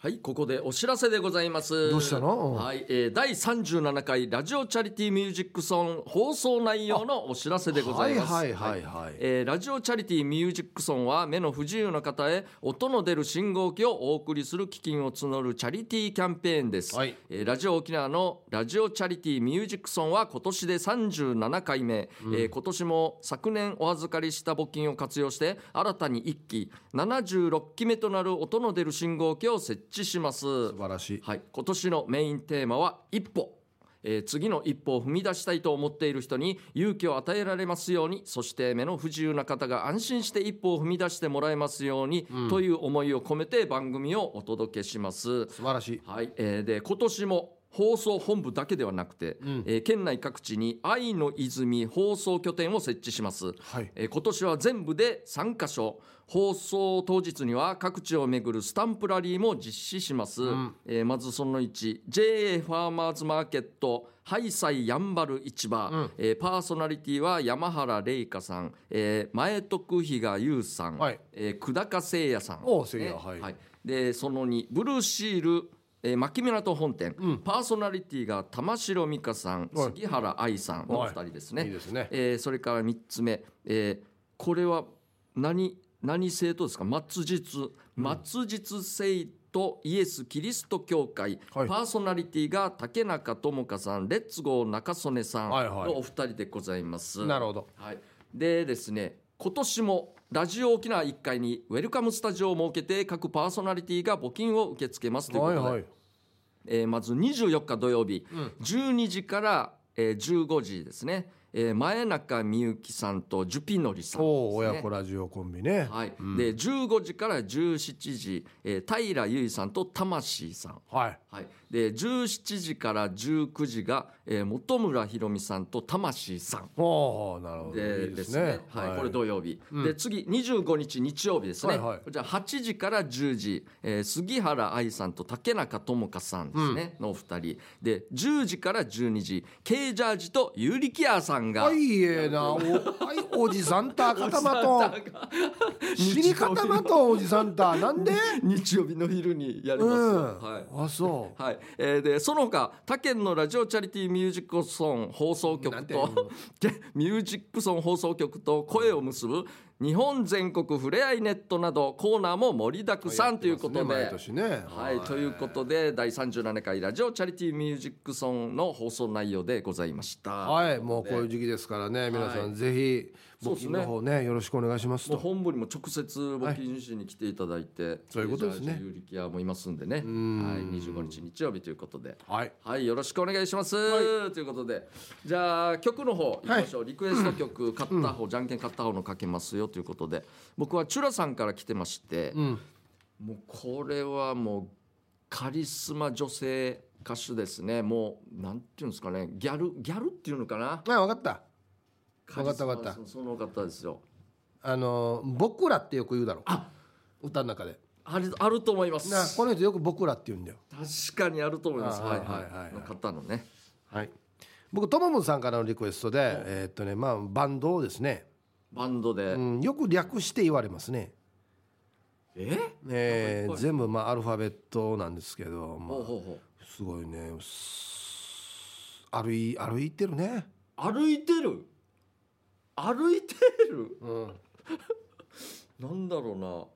A: はいここでお知らせでございます
B: どうしたの
A: はい、えー、第37回ラジオチャリティーミュージックソン放送内容のお知らせでございます
B: はいはいはいはい
A: えーラジオチャリティーミュージックソンは目の不自由な方へ音の出る信号機をお送りする基金を募るチャリティーキャンペーンです、
B: はい
A: えーラジオ沖縄のラジオチャリティーミュージックソンは今年で37回目、えー今年も昨年お預かりした募金を活用して新たに1期76期目となる音の出る信号機を設置します
B: 素晴らしい
A: はい、今年のメインテーマは「一歩」えー次の一歩を踏み出したいと思っている人に勇気を与えられますようにそして目の不自由な方が安心して一歩を踏み出してもらえますように、という思いを込めて番組をお届けします。
B: 素晴らしい
A: はい、えーで今年も放送本部だけではなくて、えー県内各地に愛の泉放送拠点を設置します、
B: はい
A: えー今年は全部で3カ所放送当日には各地を巡るスタンプラリーも実施します、えーまずその1 JA ファーマーズマーケットハイサイやんばる市場、えーパーソナリティは山原玲香さん、えー前徳比嘉優さん、
B: はい
A: えー久高誠也さん
B: おうせいや
A: ね
B: はい
A: でその2ブルーシール、えー、牧港本店、パーソナリティが玉城美香さん
B: はい
A: 杉原愛さんのお
B: はい
A: 二人ですね,、
B: いいですね
A: えーそれから3つ目、えーこれは何何生徒ですか末日末日生徒イエス・キリスト教会、
B: はい
A: パーソナリティが竹中智香さんレッツゴー中曽根さん
B: はいはい
A: のお二人でございます。
B: なるほど
A: はい、でですね今年もラジオ沖縄1階にウェルカムスタジオを設けて各パーソナリティが募金を受け付けますというこ
B: は
A: と
B: い
A: で、
B: はい
A: えーまず24日土曜日、12時から、えー15時ですね、えー前中美幸さんとジュピノリさんです、ね、
B: おお親子ラジオコンビね
A: はいで15時から17時、えー平由衣さんと魂さん、
B: はい
A: はい、で17時から19時が、えー本村ひろみさんと魂さん
B: おおなるほど
A: で
B: いい
A: で
B: ですす
A: ね
B: ね。
A: はい、これ土曜日。で次25日日曜日ですね。
B: はいはい
A: じゃあ8時から10時、えー杉原愛さんと竹中智香さんですね、のお二人。で10時から12時、ケイジャージとユーリキアさんが
B: あいえなおはいおじさんた固 まとん死に固まとんおじさんたなんで
A: 日曜日の昼にやり
B: う
A: ます。
B: ん
A: はい。
B: あそう
A: はいえーでその他他県のラジオチャリティーミュージックソン放送
B: な
A: 局
B: んていう の
A: とミュージックソン放送局と声を結ぶ日本全国ふれあいネットなどコーナーも盛りだくさんということで。
B: 毎年ね
A: はい、ということで第37回ラジオチャリティーミュージックソンの放送内容でございました。
B: はいもうこういう時期ですからね皆さんぜひ
A: そうですね
B: 募金の方ねよろしくお願いします
A: もう
B: と
A: 本部にも直接募金主に来ていただいて、
B: そういうことです
A: メジ
B: ね
A: ャージ有力屋もいますんでね、はい、
B: ん
A: 25日日曜日ということで、
B: はい
A: はい、よろしくお願いします、ということでじゃあ曲の方いきましょう、リクエスト曲買った方、じゃんけん買った方のかけますよということで僕はチュラさんから来てまして、
B: うん
A: もうこれはもうカリスマ女性歌手ですねもうなんていうんですかねギャルギャルっていうのかな
B: あ分かった
A: カ
B: わ
A: リス
B: かった
A: マ
B: わかった
A: その方ですよ
B: あのー僕らってよく言うだろ
A: あ
B: 歌の中で
A: あるあると思います
B: なこの人よく僕らって言うんだよ
A: 確かにあると思います。
B: あー
A: はい
B: はいはい
A: は
B: はい
A: い。の方のね。
B: はい僕とももさんからのリクエストで、えーっとねまあバンドをですね、
A: バンドで。
B: うん、よく略して言われますね
A: え？
B: えー全部まあアルファベットなんですけど、ま
A: ほう
B: あ、
A: ほうほう。
B: すごいねす歩い歩いてるね、
A: 歩いてる。歩いてる。
B: うん、
A: なんだろ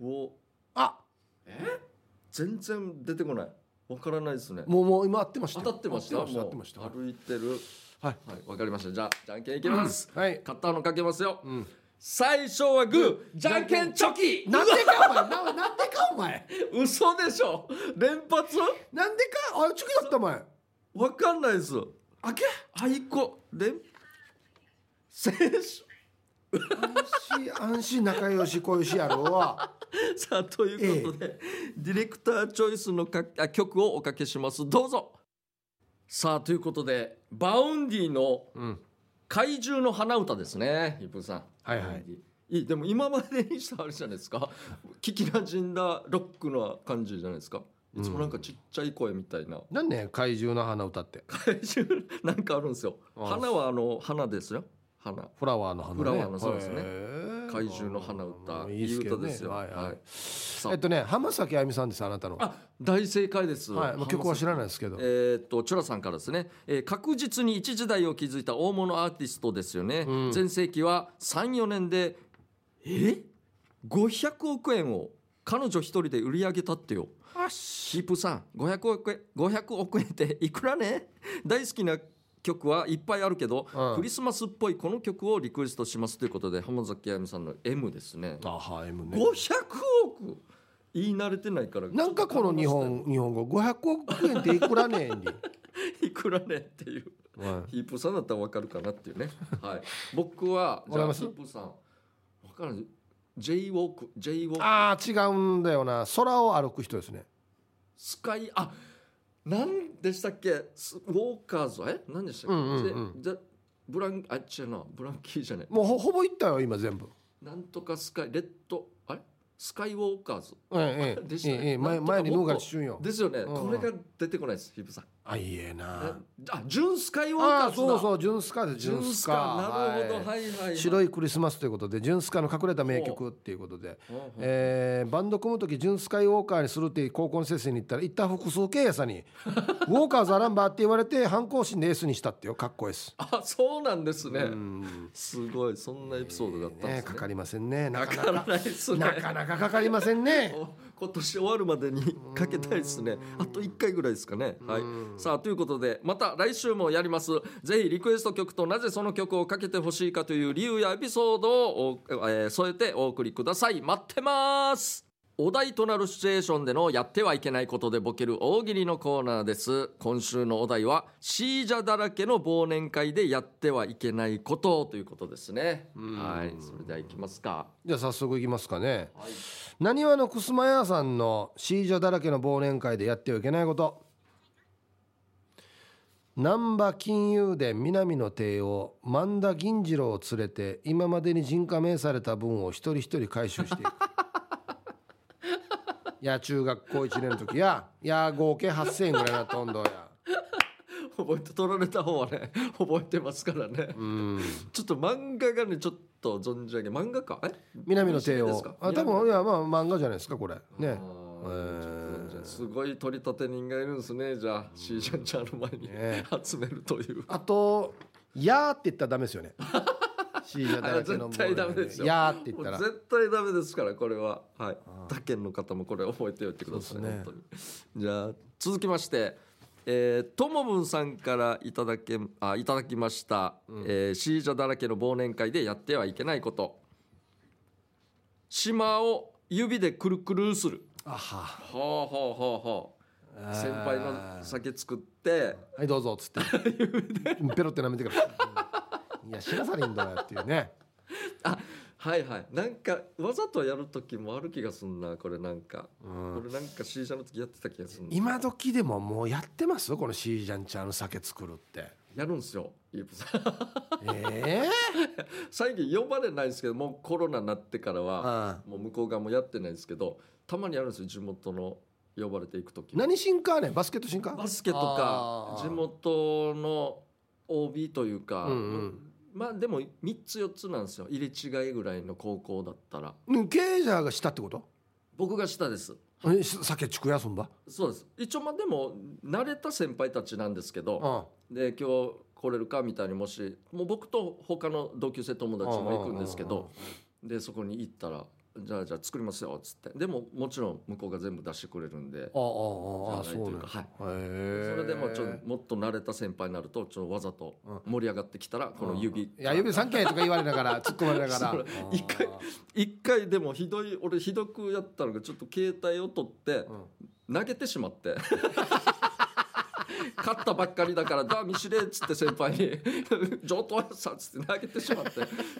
A: うな。お
B: あ
A: 全然出てこない。わからないですね。
B: もうもう今合ってました
A: 当
B: よ
A: たってました。
B: 合ってました
A: も
B: 合ってました
A: う歩いてる。
B: はい
A: はい。わかりました。じゃあじゃんけんいきます。
B: はい
A: 買ったのかけますよ。
B: ん
A: 最初はグー、じゃんけんチョキ。
B: なんでかお前ななんでかお前
A: 嘘でしょ。連発？
B: なんでかあチョキだったお前
A: わかんないです。あけ、あいこ、れん。選手。
B: 安心安心仲良し恋しやろうわ
A: さあ、ということで、ディレクターチョイスのか、あ、曲をおかけします。どうぞ。さあ、ということで、バウンディの
B: うん
A: 怪獣の花歌ですね。ヒップさん。
B: はいはい
A: バウンディ。いいでも今までにしたあれじゃないですか聞きなじんだロックな感じじゃないですかいつもなんかちっちゃい声みたいな、
B: なんね怪獣の花歌って
A: 怪獣なんかあるんですよ
B: あ
A: 花はあの花ですよ花
B: フラワーの花、ね、
A: フラワーのそうですね
B: へー
A: 怪獣の花
B: まあま
A: 歌
B: あ
A: い
B: いい
A: い
B: ですけど
A: 歌
B: ね
A: ですよ
B: はいはい
A: はいさあ
B: えっとね浜崎あゆみさんですあなたの
A: あ大正解です、
B: はい、まあ、曲は知らないですけど、
A: えーっとチュラさんからですね、えー確実に一時代を築いた大物アーティストですよね、
B: うん
A: 全盛期は34年でえ500億円を彼女一人で売り上げたってよ
B: あし
A: ヒープさん500億円500億円っていくらね大好きな曲はいっぱいあるけど、
B: うん
A: クリスマスっぽいこの曲をリクエストしますということで浜崎あゆみさんの M ですね
B: あはいもうね
A: 500億言い慣れてないから
B: なんかこの日本日本語500億円っていくらね えんに、
A: いくらねっていう
B: はい
A: ヒープさんだったらわかるかなっていうねはい僕は
B: わ
A: じ
B: か
A: ゃ
B: り
A: あ
B: ます
A: ヒープさんわからない J ウォーク J ウォーク
B: ああ違うんだよな空を歩く人ですね
A: スカイあなんでしたっけスウォーカーズえ何でしたっけ、
B: うんうんう
A: じゃじゃブランあ違うなブランキーじゃない
B: もうほほぼいったよ今全部
A: なんとかスカイレッドあれスカイウォーカーズ
B: えええ
A: でした
B: え
A: ね
B: ええ前前に
A: なん
B: 脳
A: とかもっと
B: がしゅんよ
A: ですよね、
B: うん
A: これが出てこないですヒープさん
B: あいいえ
A: あ
B: な
A: あジュンスカイウォーカ
B: あ
A: ーズ
B: あ
A: だ
B: そうそうジュンスカです
A: ジ
B: ジ
A: ュ
B: ュン
A: ン
B: ス
A: ス
B: カ
A: カなるほど
B: はい
A: はいはい、はい、
B: 白いクリスマスということでジュンスカの隠れた名曲っていうことで、
A: ほうほう
B: えーバンド組む時ジュンスカイウォーカーにするっていう高校の先生に言ったら一旦複数経営さ んに「ウォーカーザランバー」って言われて反抗心でエースにしたってよかっこいいです。
A: あそうなんですね、
B: うん
A: すごいそんなエピソードだったんで
B: ね
A: すね。
B: かかりませんねなかな
A: か
B: から
A: ないですね
B: な。かなかかかりませんね。
A: お 今年終わるまでにかけたいですね。あと1回ぐらいですかね。はい。さあということでまた来週もやります。ぜひリクエスト曲となぜその曲をかけてほしいかという理由やエピソードをお、えー添えてお送りください。待ってます。お題となるシチュエーションでのやってはいけないことでボケる大喜利のコーナーです。今週のお題は、シージャだらけの忘年会でやってはいけないことということですね。はい。それではいきますか。
B: じゃあ早速いきますかね。
A: はい。
B: なにわのくすま屋さんのシージャだらけの忘年会でやってはいけないこと難波金融で南の帝王万田銀次郎を連れて今までに人加盟された分を一人一人回収 していくいや中学校1年の時やいや合計8,000円ぐらいなとんどや
A: 覚えて取られた方はね覚えてますからね、
B: うん
A: ちょっと漫画がねちょっと存じ上げ漫画かえ
B: 南の帝
A: どうで
B: 王
A: すか
B: あ多分いやまあ漫画じゃないですかこれ
A: あ
B: ね
A: ーちょっと存じ上げすごい取り立て人がいるんですねじゃあシージャンちゃんの前に、
B: ね
A: 集めるという
B: あと「やー」って言ったらダメですよねシージャだ
A: あ
B: らけの
A: 絶対ダメですよ
B: やーって言ったら
A: もう絶対ダメですからこれははい他県の方もこれ覚えておいてください、
B: そうですね
A: 本当にじゃあ続きましてえーともぶんさんからいただけあいただきました、えーシージャだらけの忘年会でやってはいけないこと島を指でくるくるする
B: あは
A: ほうほうほうほう先輩の酒作って
B: はいどうぞっつってペロって舐めてくるいや知らされんだよっていうね
A: あはいはいなんかわざとやる時もある気がすんなこれなんか、
B: うん
A: これなんか C 社の時やってた気がすんな
B: 今時でももうやってますこのシージャンちゃんの酒作るって
A: やるんすよ イープさん
B: ええ
A: 最近呼ばれないんですけどもうコロナになってからは
B: ああ
A: もう向こう側もやってないんですけどたまにあるんですよ地元の呼ばれていく時
B: 何進化ねバスケット進化
A: バスケとか
B: あー
A: 地元の OB というか、
B: うんうん
A: まあでも3つ4つなんですよ入れ違いぐらいの高校だったら
B: うんケイジャーがしたってこと
A: 僕が下です
B: えし酒ちくやすんば
A: そうです一応まあでも慣れた先輩たちなんですけ
B: う
A: ど
B: ん
A: で今日来れるかみたいにもしもう僕と他の同級生友達も行くんですけどでそこに行ったら「じゃあじゃあ作りますよ」っつってでももちろん向こうが全部出してくれるんで
B: ああああああ
A: じゃあないうとい
B: そね
A: うかはい
B: へえ
A: それでもちょっともっと慣れた先輩になるとちょっとわざと盛り上がってきたらこの指
B: いや指三軒とか言われな がら突っ込まれながら
A: そう一回一回でもひどい俺ひどくやったのがちょっと携帯を取って投げてしまって 勝ったばっかりだから「だ見知れ」っつって先輩に 「上等やさ」っつって投げてしまって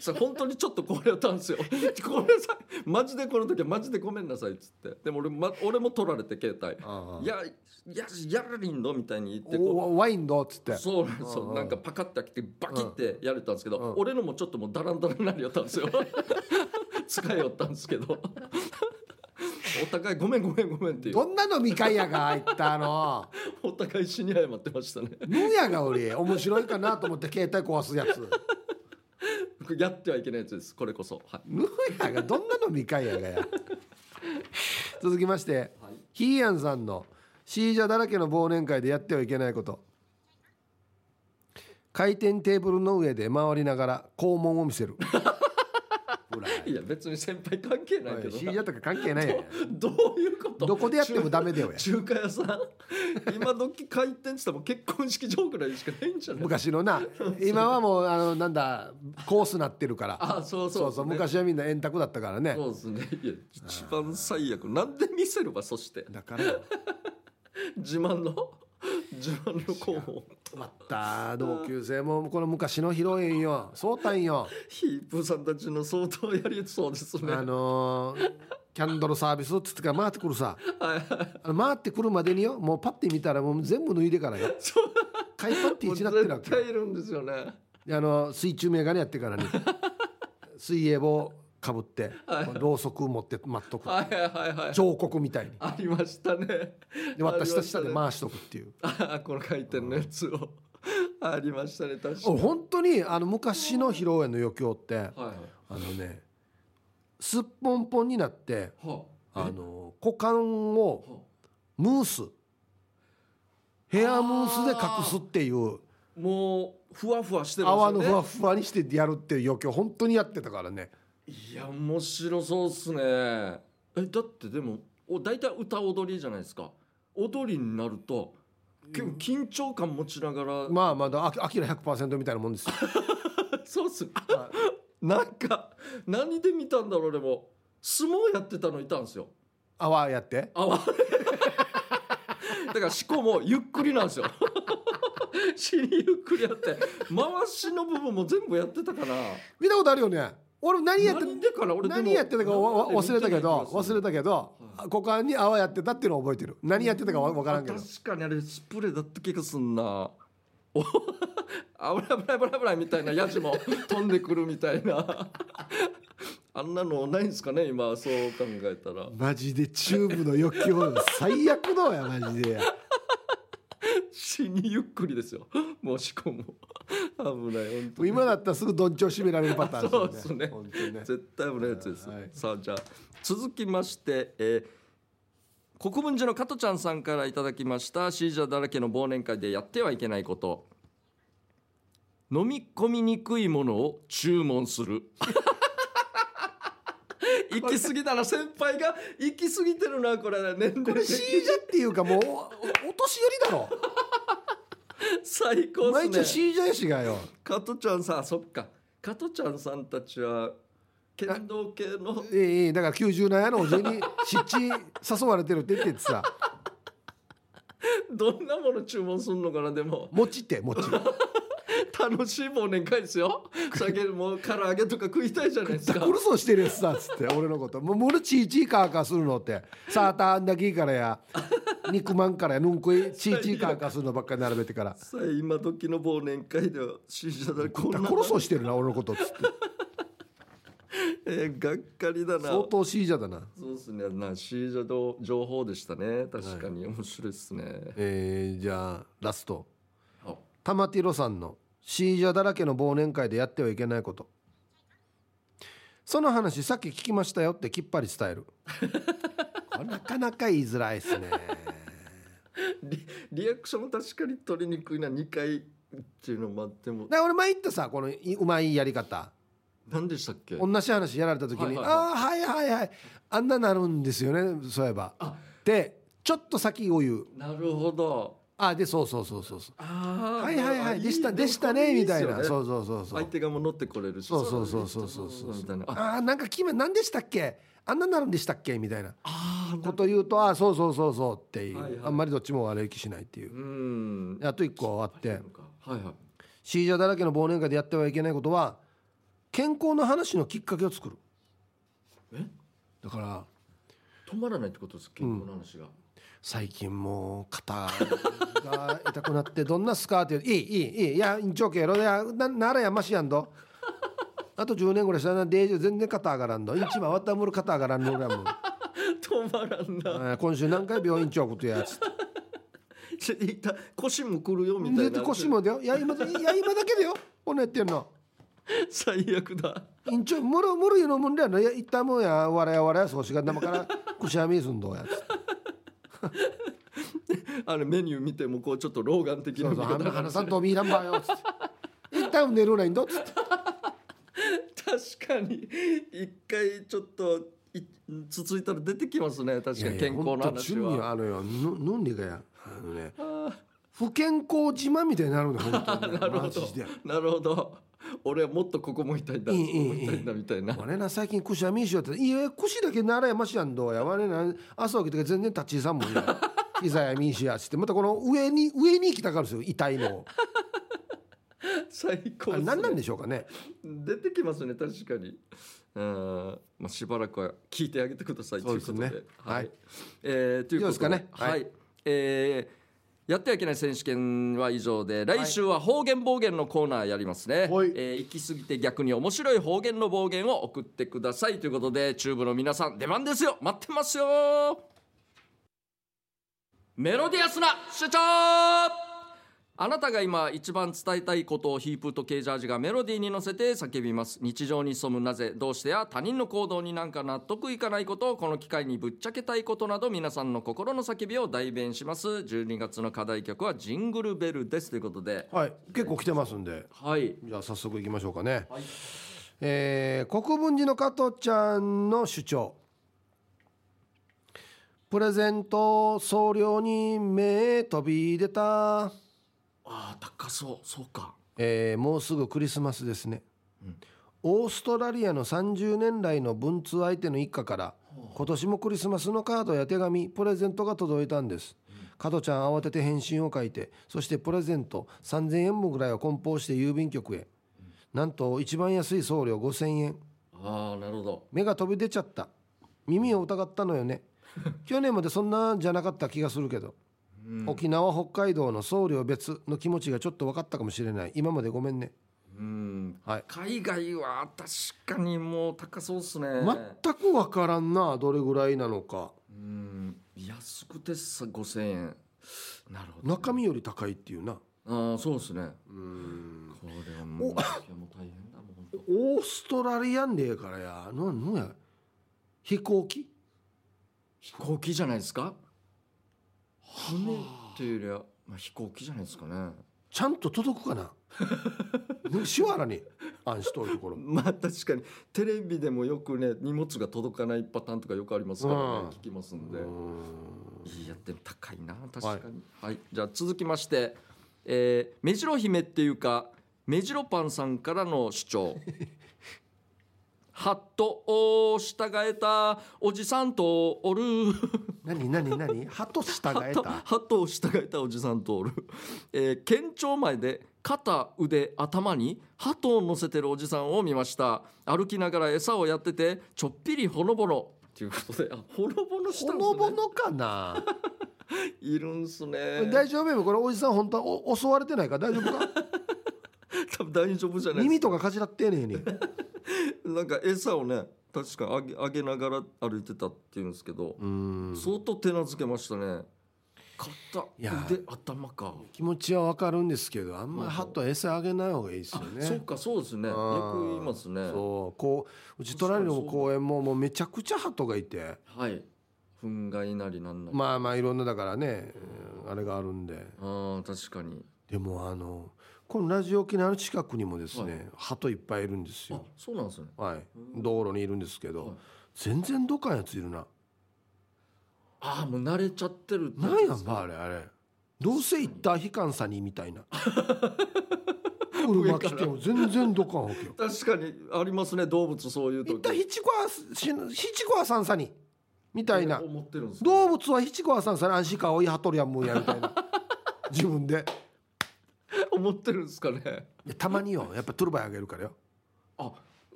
A: それ本当にちょっとこれやったんですよ「ごめんなさいマジでこの時はマジでごめんなさい」っつってでも俺,、ま、俺も取られて携帯「いやいややらりんの?」みたいに言ってこう
B: おワインどっつって
A: そうなんですよなんかパカッて開けてバキッてやれたんですけど、
B: うん
A: 俺のもちょっともうダランダランになりよったんですよ使いよったんですけどお互いごめんごめんごめんっていう
B: どんな飲み会やが入っ たの
A: お互い死に謝ってましたね
B: ぬやが俺面白いかなと思って携帯壊すやつ
A: やってはいけないやつですこれこそ、はい、
B: ぬやがどんな飲み会やがや続きまして、ヒーヤンさんのシージャだらけの忘年会でやってはいけないこと回転テーブルの上で回りながら肛門を 見せるほら
A: いや別に先輩関係ないけ
B: お
A: ど
B: いシー
A: な
B: ジャとか関係ないや ん
A: どういうこと
B: どこでやってもダメだよや
A: 中華屋さん今時回転って言ったらもう結婚式場ぐらいしかないんじゃない
B: 昔のな今はもうあのなんだコースなってるから
A: あそうそう
B: そうそう昔はみんな円卓だったからね
A: そうですねいや一番最悪なんで見せればそして
B: だから
A: 自慢の自慢の候補
B: ま た同級生もこの昔の披露宴よそうたんよ
A: ヒープーさんたちの相当やりそうですね
B: あのーキャンドルサービスっつってから回ってくるさあの回ってくるまでによもうパッて見たらもう全部脱いでからよ
A: そう
B: 買いパッて
A: もう
B: 一なってるわ
A: 絶
B: けよ
A: 対いるんですよね
B: であの水中眼鏡やっ てからに水泳帽かぶってろうそく持って待っとく
A: はいはいはいはい
B: 彫刻みたいに
A: ありましたね
B: で割った下下で
A: あ
B: 回しとくっていう
A: りましたねあこの回転のやつをありましたね確かに
B: 俺本当にあの昔の披露宴の余興って、
A: はい
B: あのねすっぽんぽんになって
A: はあ
B: あの股間を
A: は
B: ムースヘアムースで隠すっていう
A: あもうふわふわしてるんですよ
B: 泡の
A: ね
B: ふわふわにしてやるっていう余興本当にやってたからね
A: いや面白そうっすねえだってでもお大体歌踊りじゃないですか踊りになると結構緊張感持ちながら、
B: まあまだあきアキラ100%みたいなもん ですよ
A: そうっすね
B: は
A: なんか何で見たんだろうでも相撲やってたのいたんですよ
B: 泡やって
A: あわ だからしこもゆっくりなんですよ 死にゆっくりやって回しの部分も全部やってたから
B: 見たことあるよね俺何やって
A: 何でかな俺でも
B: 何やってたかわわ忘れたけど忘れ
A: た
B: たけど股間に泡やってたっていうのを覚えてる何やってたかわ分からんけど
A: 確かにあれスプレーだった気がすんな おあぶらぶらぶらぶらみたいなやじも飛んでくるみたいな あんなのないんですかね今そう考えたら
B: マジでチューブの余興最悪だやマジで
A: 死にゆっくりですよもうしこも 危ない本当に
B: 今だったらすぐどんちょう締められるパターン
A: そうですね
B: 本当にね
A: 絶対危ないやつです、
B: はい
A: さあじゃあ続きまして、えー国分寺の加トちゃんさんからいただきましたシージャーだらけの忘年会でやってはいけないこと飲み込みにくいものを注文す る行き過ぎだな先輩が行き過ぎてるなこれ年齢
B: これ C じゃっていうかもうおおお年寄りだろ
A: 最高
B: 毎
A: で
B: 日
A: すね
B: CJ 氏がよ
A: 加トちゃんさんそっか加トちゃんさんたちは剣道系の
B: ええええだから90年やのおじいに湿地誘われてるって言っててさ
A: どんなもの注文するのかなでも
B: 餅って餅
A: 楽しい忘年会ですよ酒もう唐揚げとか食いたいじゃないですか
B: うるそうしてるやつだっつって俺のこともうものチーチーカーカーするのってサーターアンダギーから や肉まんからやぬんこいチーチーカーカーするのばっかり並べてから
A: さあ今時の忘年会では信者だこんな
B: 殺そうしてるな俺のことっつって
A: えーがっかりだな
B: 相当 C じゃだな
A: そうですねな信者の情報でしたね確かに面白いですね、
B: えー、じゃあラスト
A: あ
B: 玉ティロさんの「シージャだらけの忘年会でやってはいけないこと」その話さっき聞きましたよってきっぱり 伝えるこれなかなか言いづらいですね
A: リリアクションも確かに取りにくいな2回っていうのもあっても
B: だから俺前言ったさこのいうまいやり方
A: 何でしたっけ
B: 同じ話やられた時
A: はいは
B: に「
A: いはい
B: ああはいはいはいあんななるんですよねそういえば
A: あ」
B: でちょっと先を言う
A: なるほど
B: 「あでそうそうそうそうそう
A: ああ
B: はいはいはいでしたでしたね」みたいなそうそうそうそう
A: 相手がもう乗ってこれるし
B: そうそうそうそうそうそう
A: みたいなあ
B: あーなんか君は何でしたっけあんなになるんでしたっけみたいな
A: あーな
B: こと言うとあーそうそうそうそうっていう、
A: はいはい
B: あんまりどっちも悪い気しないっていう
A: う。ん
B: あと一個あって
A: はいはい
B: シージャーだらけの忘年会でやってはいけないことは健康の話のきっかけを作る
A: え
B: だから
A: 止まらないってことです健康の話 が、
B: 最近もう肩が痛くなってどんなすかって言ういいいいいいいやんちょけろいやなならやましやんどあと10年ぐらいしたらなデージ全然肩上がらんど一番わたむる肩上がらんの俺はもう。
A: 止まらんな
B: えー今週何回病院長ことやつって
A: ちょいた腰もくるよみたい
B: 絶
A: な
B: 対腰もだよいや今だいや今だけだよこんなんやってんの
A: 最悪だ
B: 院長もろもろいうのもんだよないや一旦もうや笑い笑い少しが生から くしゃみすんどやつって
A: あのメニュー見てもこうちょっと老眼的な
B: そう
A: 見
B: そう
A: 方
B: 花花さんとビーランバーよつって一旦寝るないんだつって
A: 確かに一回ちょっといつついたら出てきますね確かに健康の話
B: いやいやほんと趣味
A: は
B: あのよぬなんでかやあのね不健康自慢みたいになるんだよ本当に
A: なるほ
B: マ
A: ど
B: ジで
A: なるほど俺はもっとここも痛いんだ
B: い
A: こ
B: い
A: こ
B: いい
A: も痛いんだみたいな
B: 俺な最近くしゃみしようって「いや腰だけならやましやんどうやわれな朝起きてから全然立ちさ んもんや膝やみいしや」っつってまたこの上に上に来たからですよ痛いの
A: 最
B: あ
A: 高です
B: れ
A: ね
B: 何なんでしょうかね
A: 出てきますね確かにうんまあしばらくは聞いてあげてくださいと
B: そう
A: いう
B: で
A: こ
B: す
A: と
B: ね
A: で
B: は
A: はいいえーということ
B: 以上ですかね
A: はい、
B: は
A: えーやってはいけない選手権は以上で来週は方言暴言のコーナーやりますね、
B: はい
A: えー行き過ぎて逆に面白い方言の暴言を送ってくださいということでチューブの皆さん出番ですよ待ってますよメロディアスな主張あなたが今一番伝えたいことをヒープーとケージャージがメロディーに乗せて叫びます日常に潜むなぜどうしてや他人の行動になんか納得いかないことをこの機会にぶっちゃけたいことなど皆さんの心の叫びを代弁します12月の課題曲は「ジングルベル」ですということで
B: はい結構来てますんで
A: はい
B: じゃあ早速いきましょうかね、
A: はい
B: えー国分寺の加藤ちゃんの主張プレゼント送料に目飛び出た
A: ああ高そうそうか
B: えーもうすぐクリスマスですね、オーストラリアの30年来の文通相手の一家から今年もクリスマスのカードや手紙プレゼントが届いたんです、加トちゃん慌てて返信を書いてそしてプレゼント3000円分ぐらいを梱包して郵便局へ、なんと一番安い送料5000円
A: ああなるほど
B: 目が飛び出ちゃった耳を疑ったのよ ね去年までそんなんじゃなかった気がするけど、沖縄北海道の送料別の気持ちがちょっと分かったかもしれない今までごめんね
A: うん
B: はい
A: 海外は確かにもう高そうっすね
B: 全く分からんなどれぐらいなのか
A: うん安くてさ5000円なるほど
B: 中身より高いっていうな
A: ああそうですね
B: うん
A: これはもういやもう大変だもう本当
B: オーストラリアンでええからやなんなんや飛行機
A: 飛行機じゃないですか船っていうよりは、まあ、飛行機じゃないですかね
B: ちゃんと届く かなねシュワラに安しとるところ
A: まあ確かにテレビでもよくね荷物が届かないパターンとかよくありますからね、
B: うん
A: 聞きますんで
B: うーん
A: いやでも高いな確かにはい、じゃあ続きましてえー、目白姫っていうか目白パンさんからの主 張ハットを従えたおじさんとおる
B: 何何何鳩従
A: ハ
B: え
A: ット
B: た
A: ハットを従えたおじさんとおる、えー県庁前で肩腕頭に鳩を乗せてるおじさんを見ました歩きながら餌をやっててちょっぴりほのぼのということであほのぼのし
B: ほ
A: たんすね
B: のぼのかな
A: いるんすね
B: 大丈夫よこれおじさん本当はお襲われてないから大 丈夫か
A: 多分大丈夫じゃないです
B: 耳とかかじらってねえに
A: なんか餌をね確かあげあげながら歩いてたっていうんですけど、
B: うん
A: 相当手なずけましたね肩
B: いや
A: 腕頭か、
B: 気持ちはわかるんですけどあんま
A: う
B: り
A: ん
B: ハットは餌あげない方がいいですよね
A: そうかそうですねよく言いますね
B: そうこううち隣の公園ももうめちゃくちゃハトがいて
A: はい憤慨なりなんなり、
B: まあまあいろんなだからねうんあれがあるんで
A: あー確かに
B: でもあのこのラジオ沖縄の近くにもですねハトいっぱいいるんです
A: あ
B: よ
A: そうなんですね
B: はい
A: うん
B: 道路にいるんですけ
A: はい
B: ど全然どかんやついるな
A: ああもう慣れちゃってるって
B: なんやんばあ
A: か
B: れあれどうせ行った悲観さにみ たいな車来ても全然どかんわけよ
A: 確かにありますね動物そういう
B: 行
A: 時
B: ったヒチコアしヒチコアさんさにみたいな
A: 思ってるんですね
B: 動物はヒチコアさんさに安心感を追いはとるやんもんやみたい な自分で
A: 思ってるんですかね
B: いやたまによやっぱトゥルバイあげるからよ
A: あ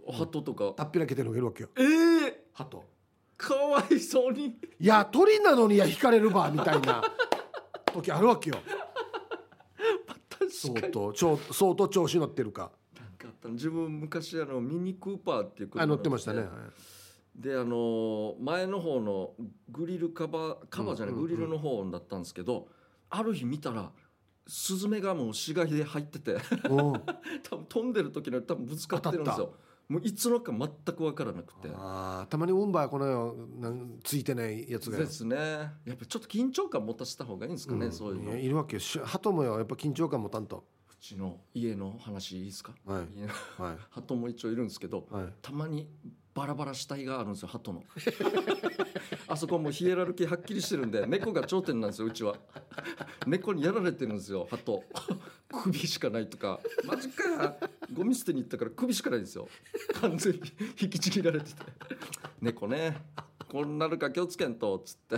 A: 鳩とか
B: たっぴらけてるのあげるわけよ
A: ええー、
B: ハト
A: かわいそうに
B: いや鳥なのにや引かれるばみたい な時あるわけよ
A: 確
B: 相
A: かに
B: 当ちょ相当調子乗ってるか
A: なんかあったの自分昔あのミニクーパーっていう車
B: あ乗ってましたね
A: であのー前の方のグリルカバーカバーじゃない、
B: うんうんうん
A: グリルの方だったんですけどある日見たらスズメがもう死骸で入ってて
B: うん
A: 多分飛んでる時に多分ぶつかってるんです
B: 当
A: よもういつのか全く分からなくて
B: あーたまにウンバーこのよなんついてないやつがよ
A: ですねやっぱちょっと緊張感持たせた方がいいんですかね、
B: ん
A: そういうの
B: や
A: う
B: いるわけよし鳩もよやっぱ緊張感もたんと
A: ちの家の話いいですか
B: はい
A: 家の
B: は
A: 鳩も一応いるんですけど
B: いはい
A: たまにバラバラ死体があるんですよ鳩の あそこもうヒエラルキーはっきりしてるんで猫が頂点なんですようちは猫にやられてるんですよ鳩首しかないとかマジかゴミ捨てに行ったから首しかないんですよ完全に引きちぎられてて猫ねこんなるから気をつけんとっつって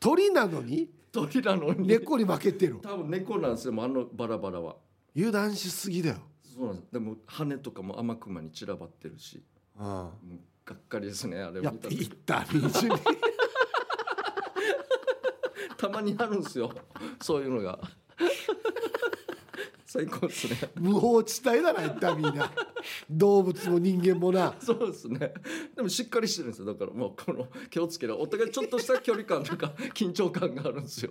B: 鳥なのに
A: 鳥なのに
B: 猫に負けてる
A: 多分猫なんですよもうあのバラバラは
B: 油断しすぎだよ
A: そうなんですでも羽とかも天熊に散らばってるし
B: あ
A: もうがっかりですねあれ
B: あ
A: を
B: や
A: 見
B: ったぱ
A: 時
B: 行った水に
A: たまにあるんですよそういうのが最高ですね
B: 無法地帯だな行ったみんな動物も人間もな
A: そうですねでもしっかりしてるんですよだからもうこの気をつけろお互いちょっとした距離感とか緊張感があるんですよ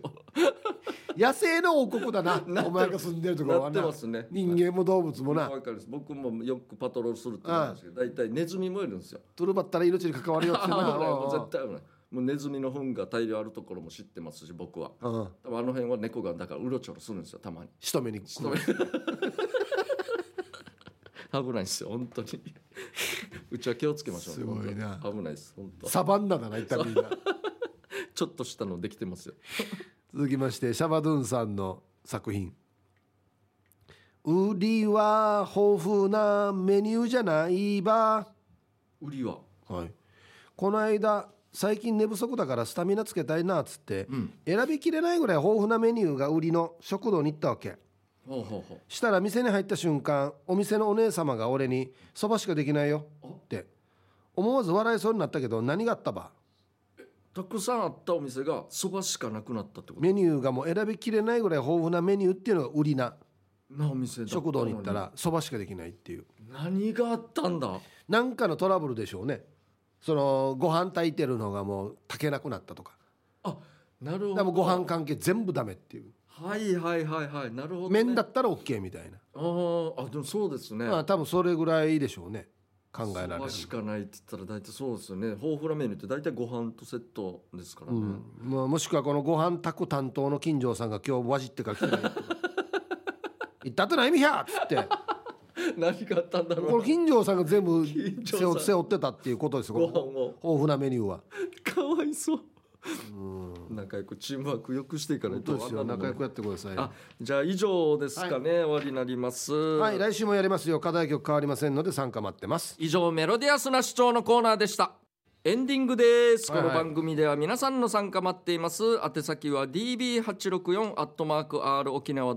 B: 野生の王国だ
A: なっ
B: な
A: てる
B: お前が住んでるところ
A: な
B: は
A: って
B: な
A: ますね
B: 人間も動物もな
A: わかるです僕もよくパトロールするって言うんですけど大体ネズミもいるんですよ
B: トルバったら命に関わる
A: 危な
B: よっ
A: い
B: てな
A: もう絶対危ないもうネズミの糞が大量あるところも知ってますし僕は
B: うんうん
A: 多分あの辺は猫がだからうろちょろするんですよたまに
B: 仕留めに来る
A: 危ないですよ本当に うちは気をつけましょうね
B: すごいな
A: 本当に危ないです本当
B: サバンナだな行ったみんな
A: ちょっとしたのできてますよ
B: 続きましてシャバドゥンさんの作品売りは豊富なメニューじゃないば
A: 売りは
B: はい、この間最近寝不足だからスタミナつけたいなっつって、
A: ん
B: 選びきれないぐらい豊富なメニューが売りの食堂に行ったわけ
A: ほうほうほ
B: したら店に入った瞬間お店のお姉様が俺に「そばしかできないよ」って思わず笑いそうになったけど何があったば
A: うたくさんあったお店がそばしかなくなったってこと
B: メニューがもう選びきれないぐらい豊富なメニューっていうのが売りな
A: なお店だたの
B: 食堂に行ったらそばしかできないっていう
A: 何があったんだ
B: なんかのトラブルでしょうねそのご飯炊いてるのがもう炊けなくなったとか
A: あなるほ
B: だから
A: ど
B: もうご飯関係全部ダメっていう
A: はいはいはいはいなるほど、ね、
B: 麺だったら OK みたいな
A: あーあでもそうですね
B: まあ多分それぐらいでしょうね考えら
A: そ
B: れ
A: ば
B: る、
A: しかないって言ったら大体そうですよね豊富なメニューって大体ご飯とセットですから
B: う
A: ね、
B: んまあ、もしくはこのご飯炊く担当の金城さんが今日わじってから来てないとか行ったってないみひゃっつ って
A: 何があったんだろうな
B: この金城さんが全部
A: 金城さん
B: 背負背負ってたっていうことですよ
A: ご飯
B: この
A: を
B: 豊富なメニューは
A: かわいそう仲良くチームワークよくしていかない
B: 本
A: と
B: 当ですよ
A: あんなの
B: 仲良くやってください
A: あじゃあ以上ですかね、終わりになります、
B: はい来週もやりますよ課題曲変わりませんので参加待ってます
A: 以上メロディアスな主張のコーナーでしたエンディングです、
B: はいはい
A: この番組では皆さんの参加待っています宛先は db864 アットマーク r 沖縄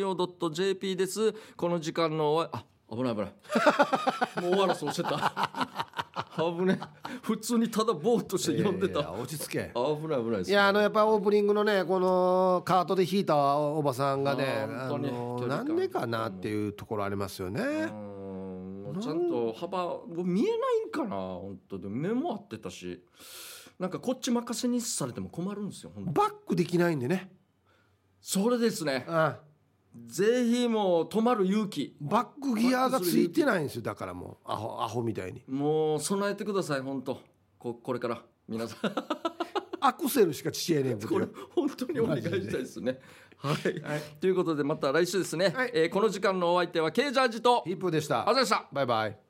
A: .co.jp ですこの時間のおわあ危ない危 ないもう終わらそうしてた危ね普通にただぼーっとして読んでた、
B: いやいや落ち着け
A: 危ない危ないです
B: いやあのやっぱオープニングのねこのカートで弾いたおばさんがね
A: あー
B: あ
A: 本当に
B: の
A: 距離
B: な
A: 感
B: んでかなっていうところありますよね
A: うーんもうちゃんと幅見えないんかな本当で目も合ってたしなんかこっち任せにされても困るんですよ本当
B: バックできないんでね
A: それですね
B: あ
A: ぜひもう止まる勇気
B: バックギアがついてないんですよだからもうアホアホみたいに
A: もう備えてください本当ここれから皆さん
B: アクセルしかちえねえ僕
A: これ本当にお願いしたいですねはい、ということでまた来週ですね、えーこの時間のお相手は K ジャージと
B: ヒップーでした
A: あざでした
B: バイバイ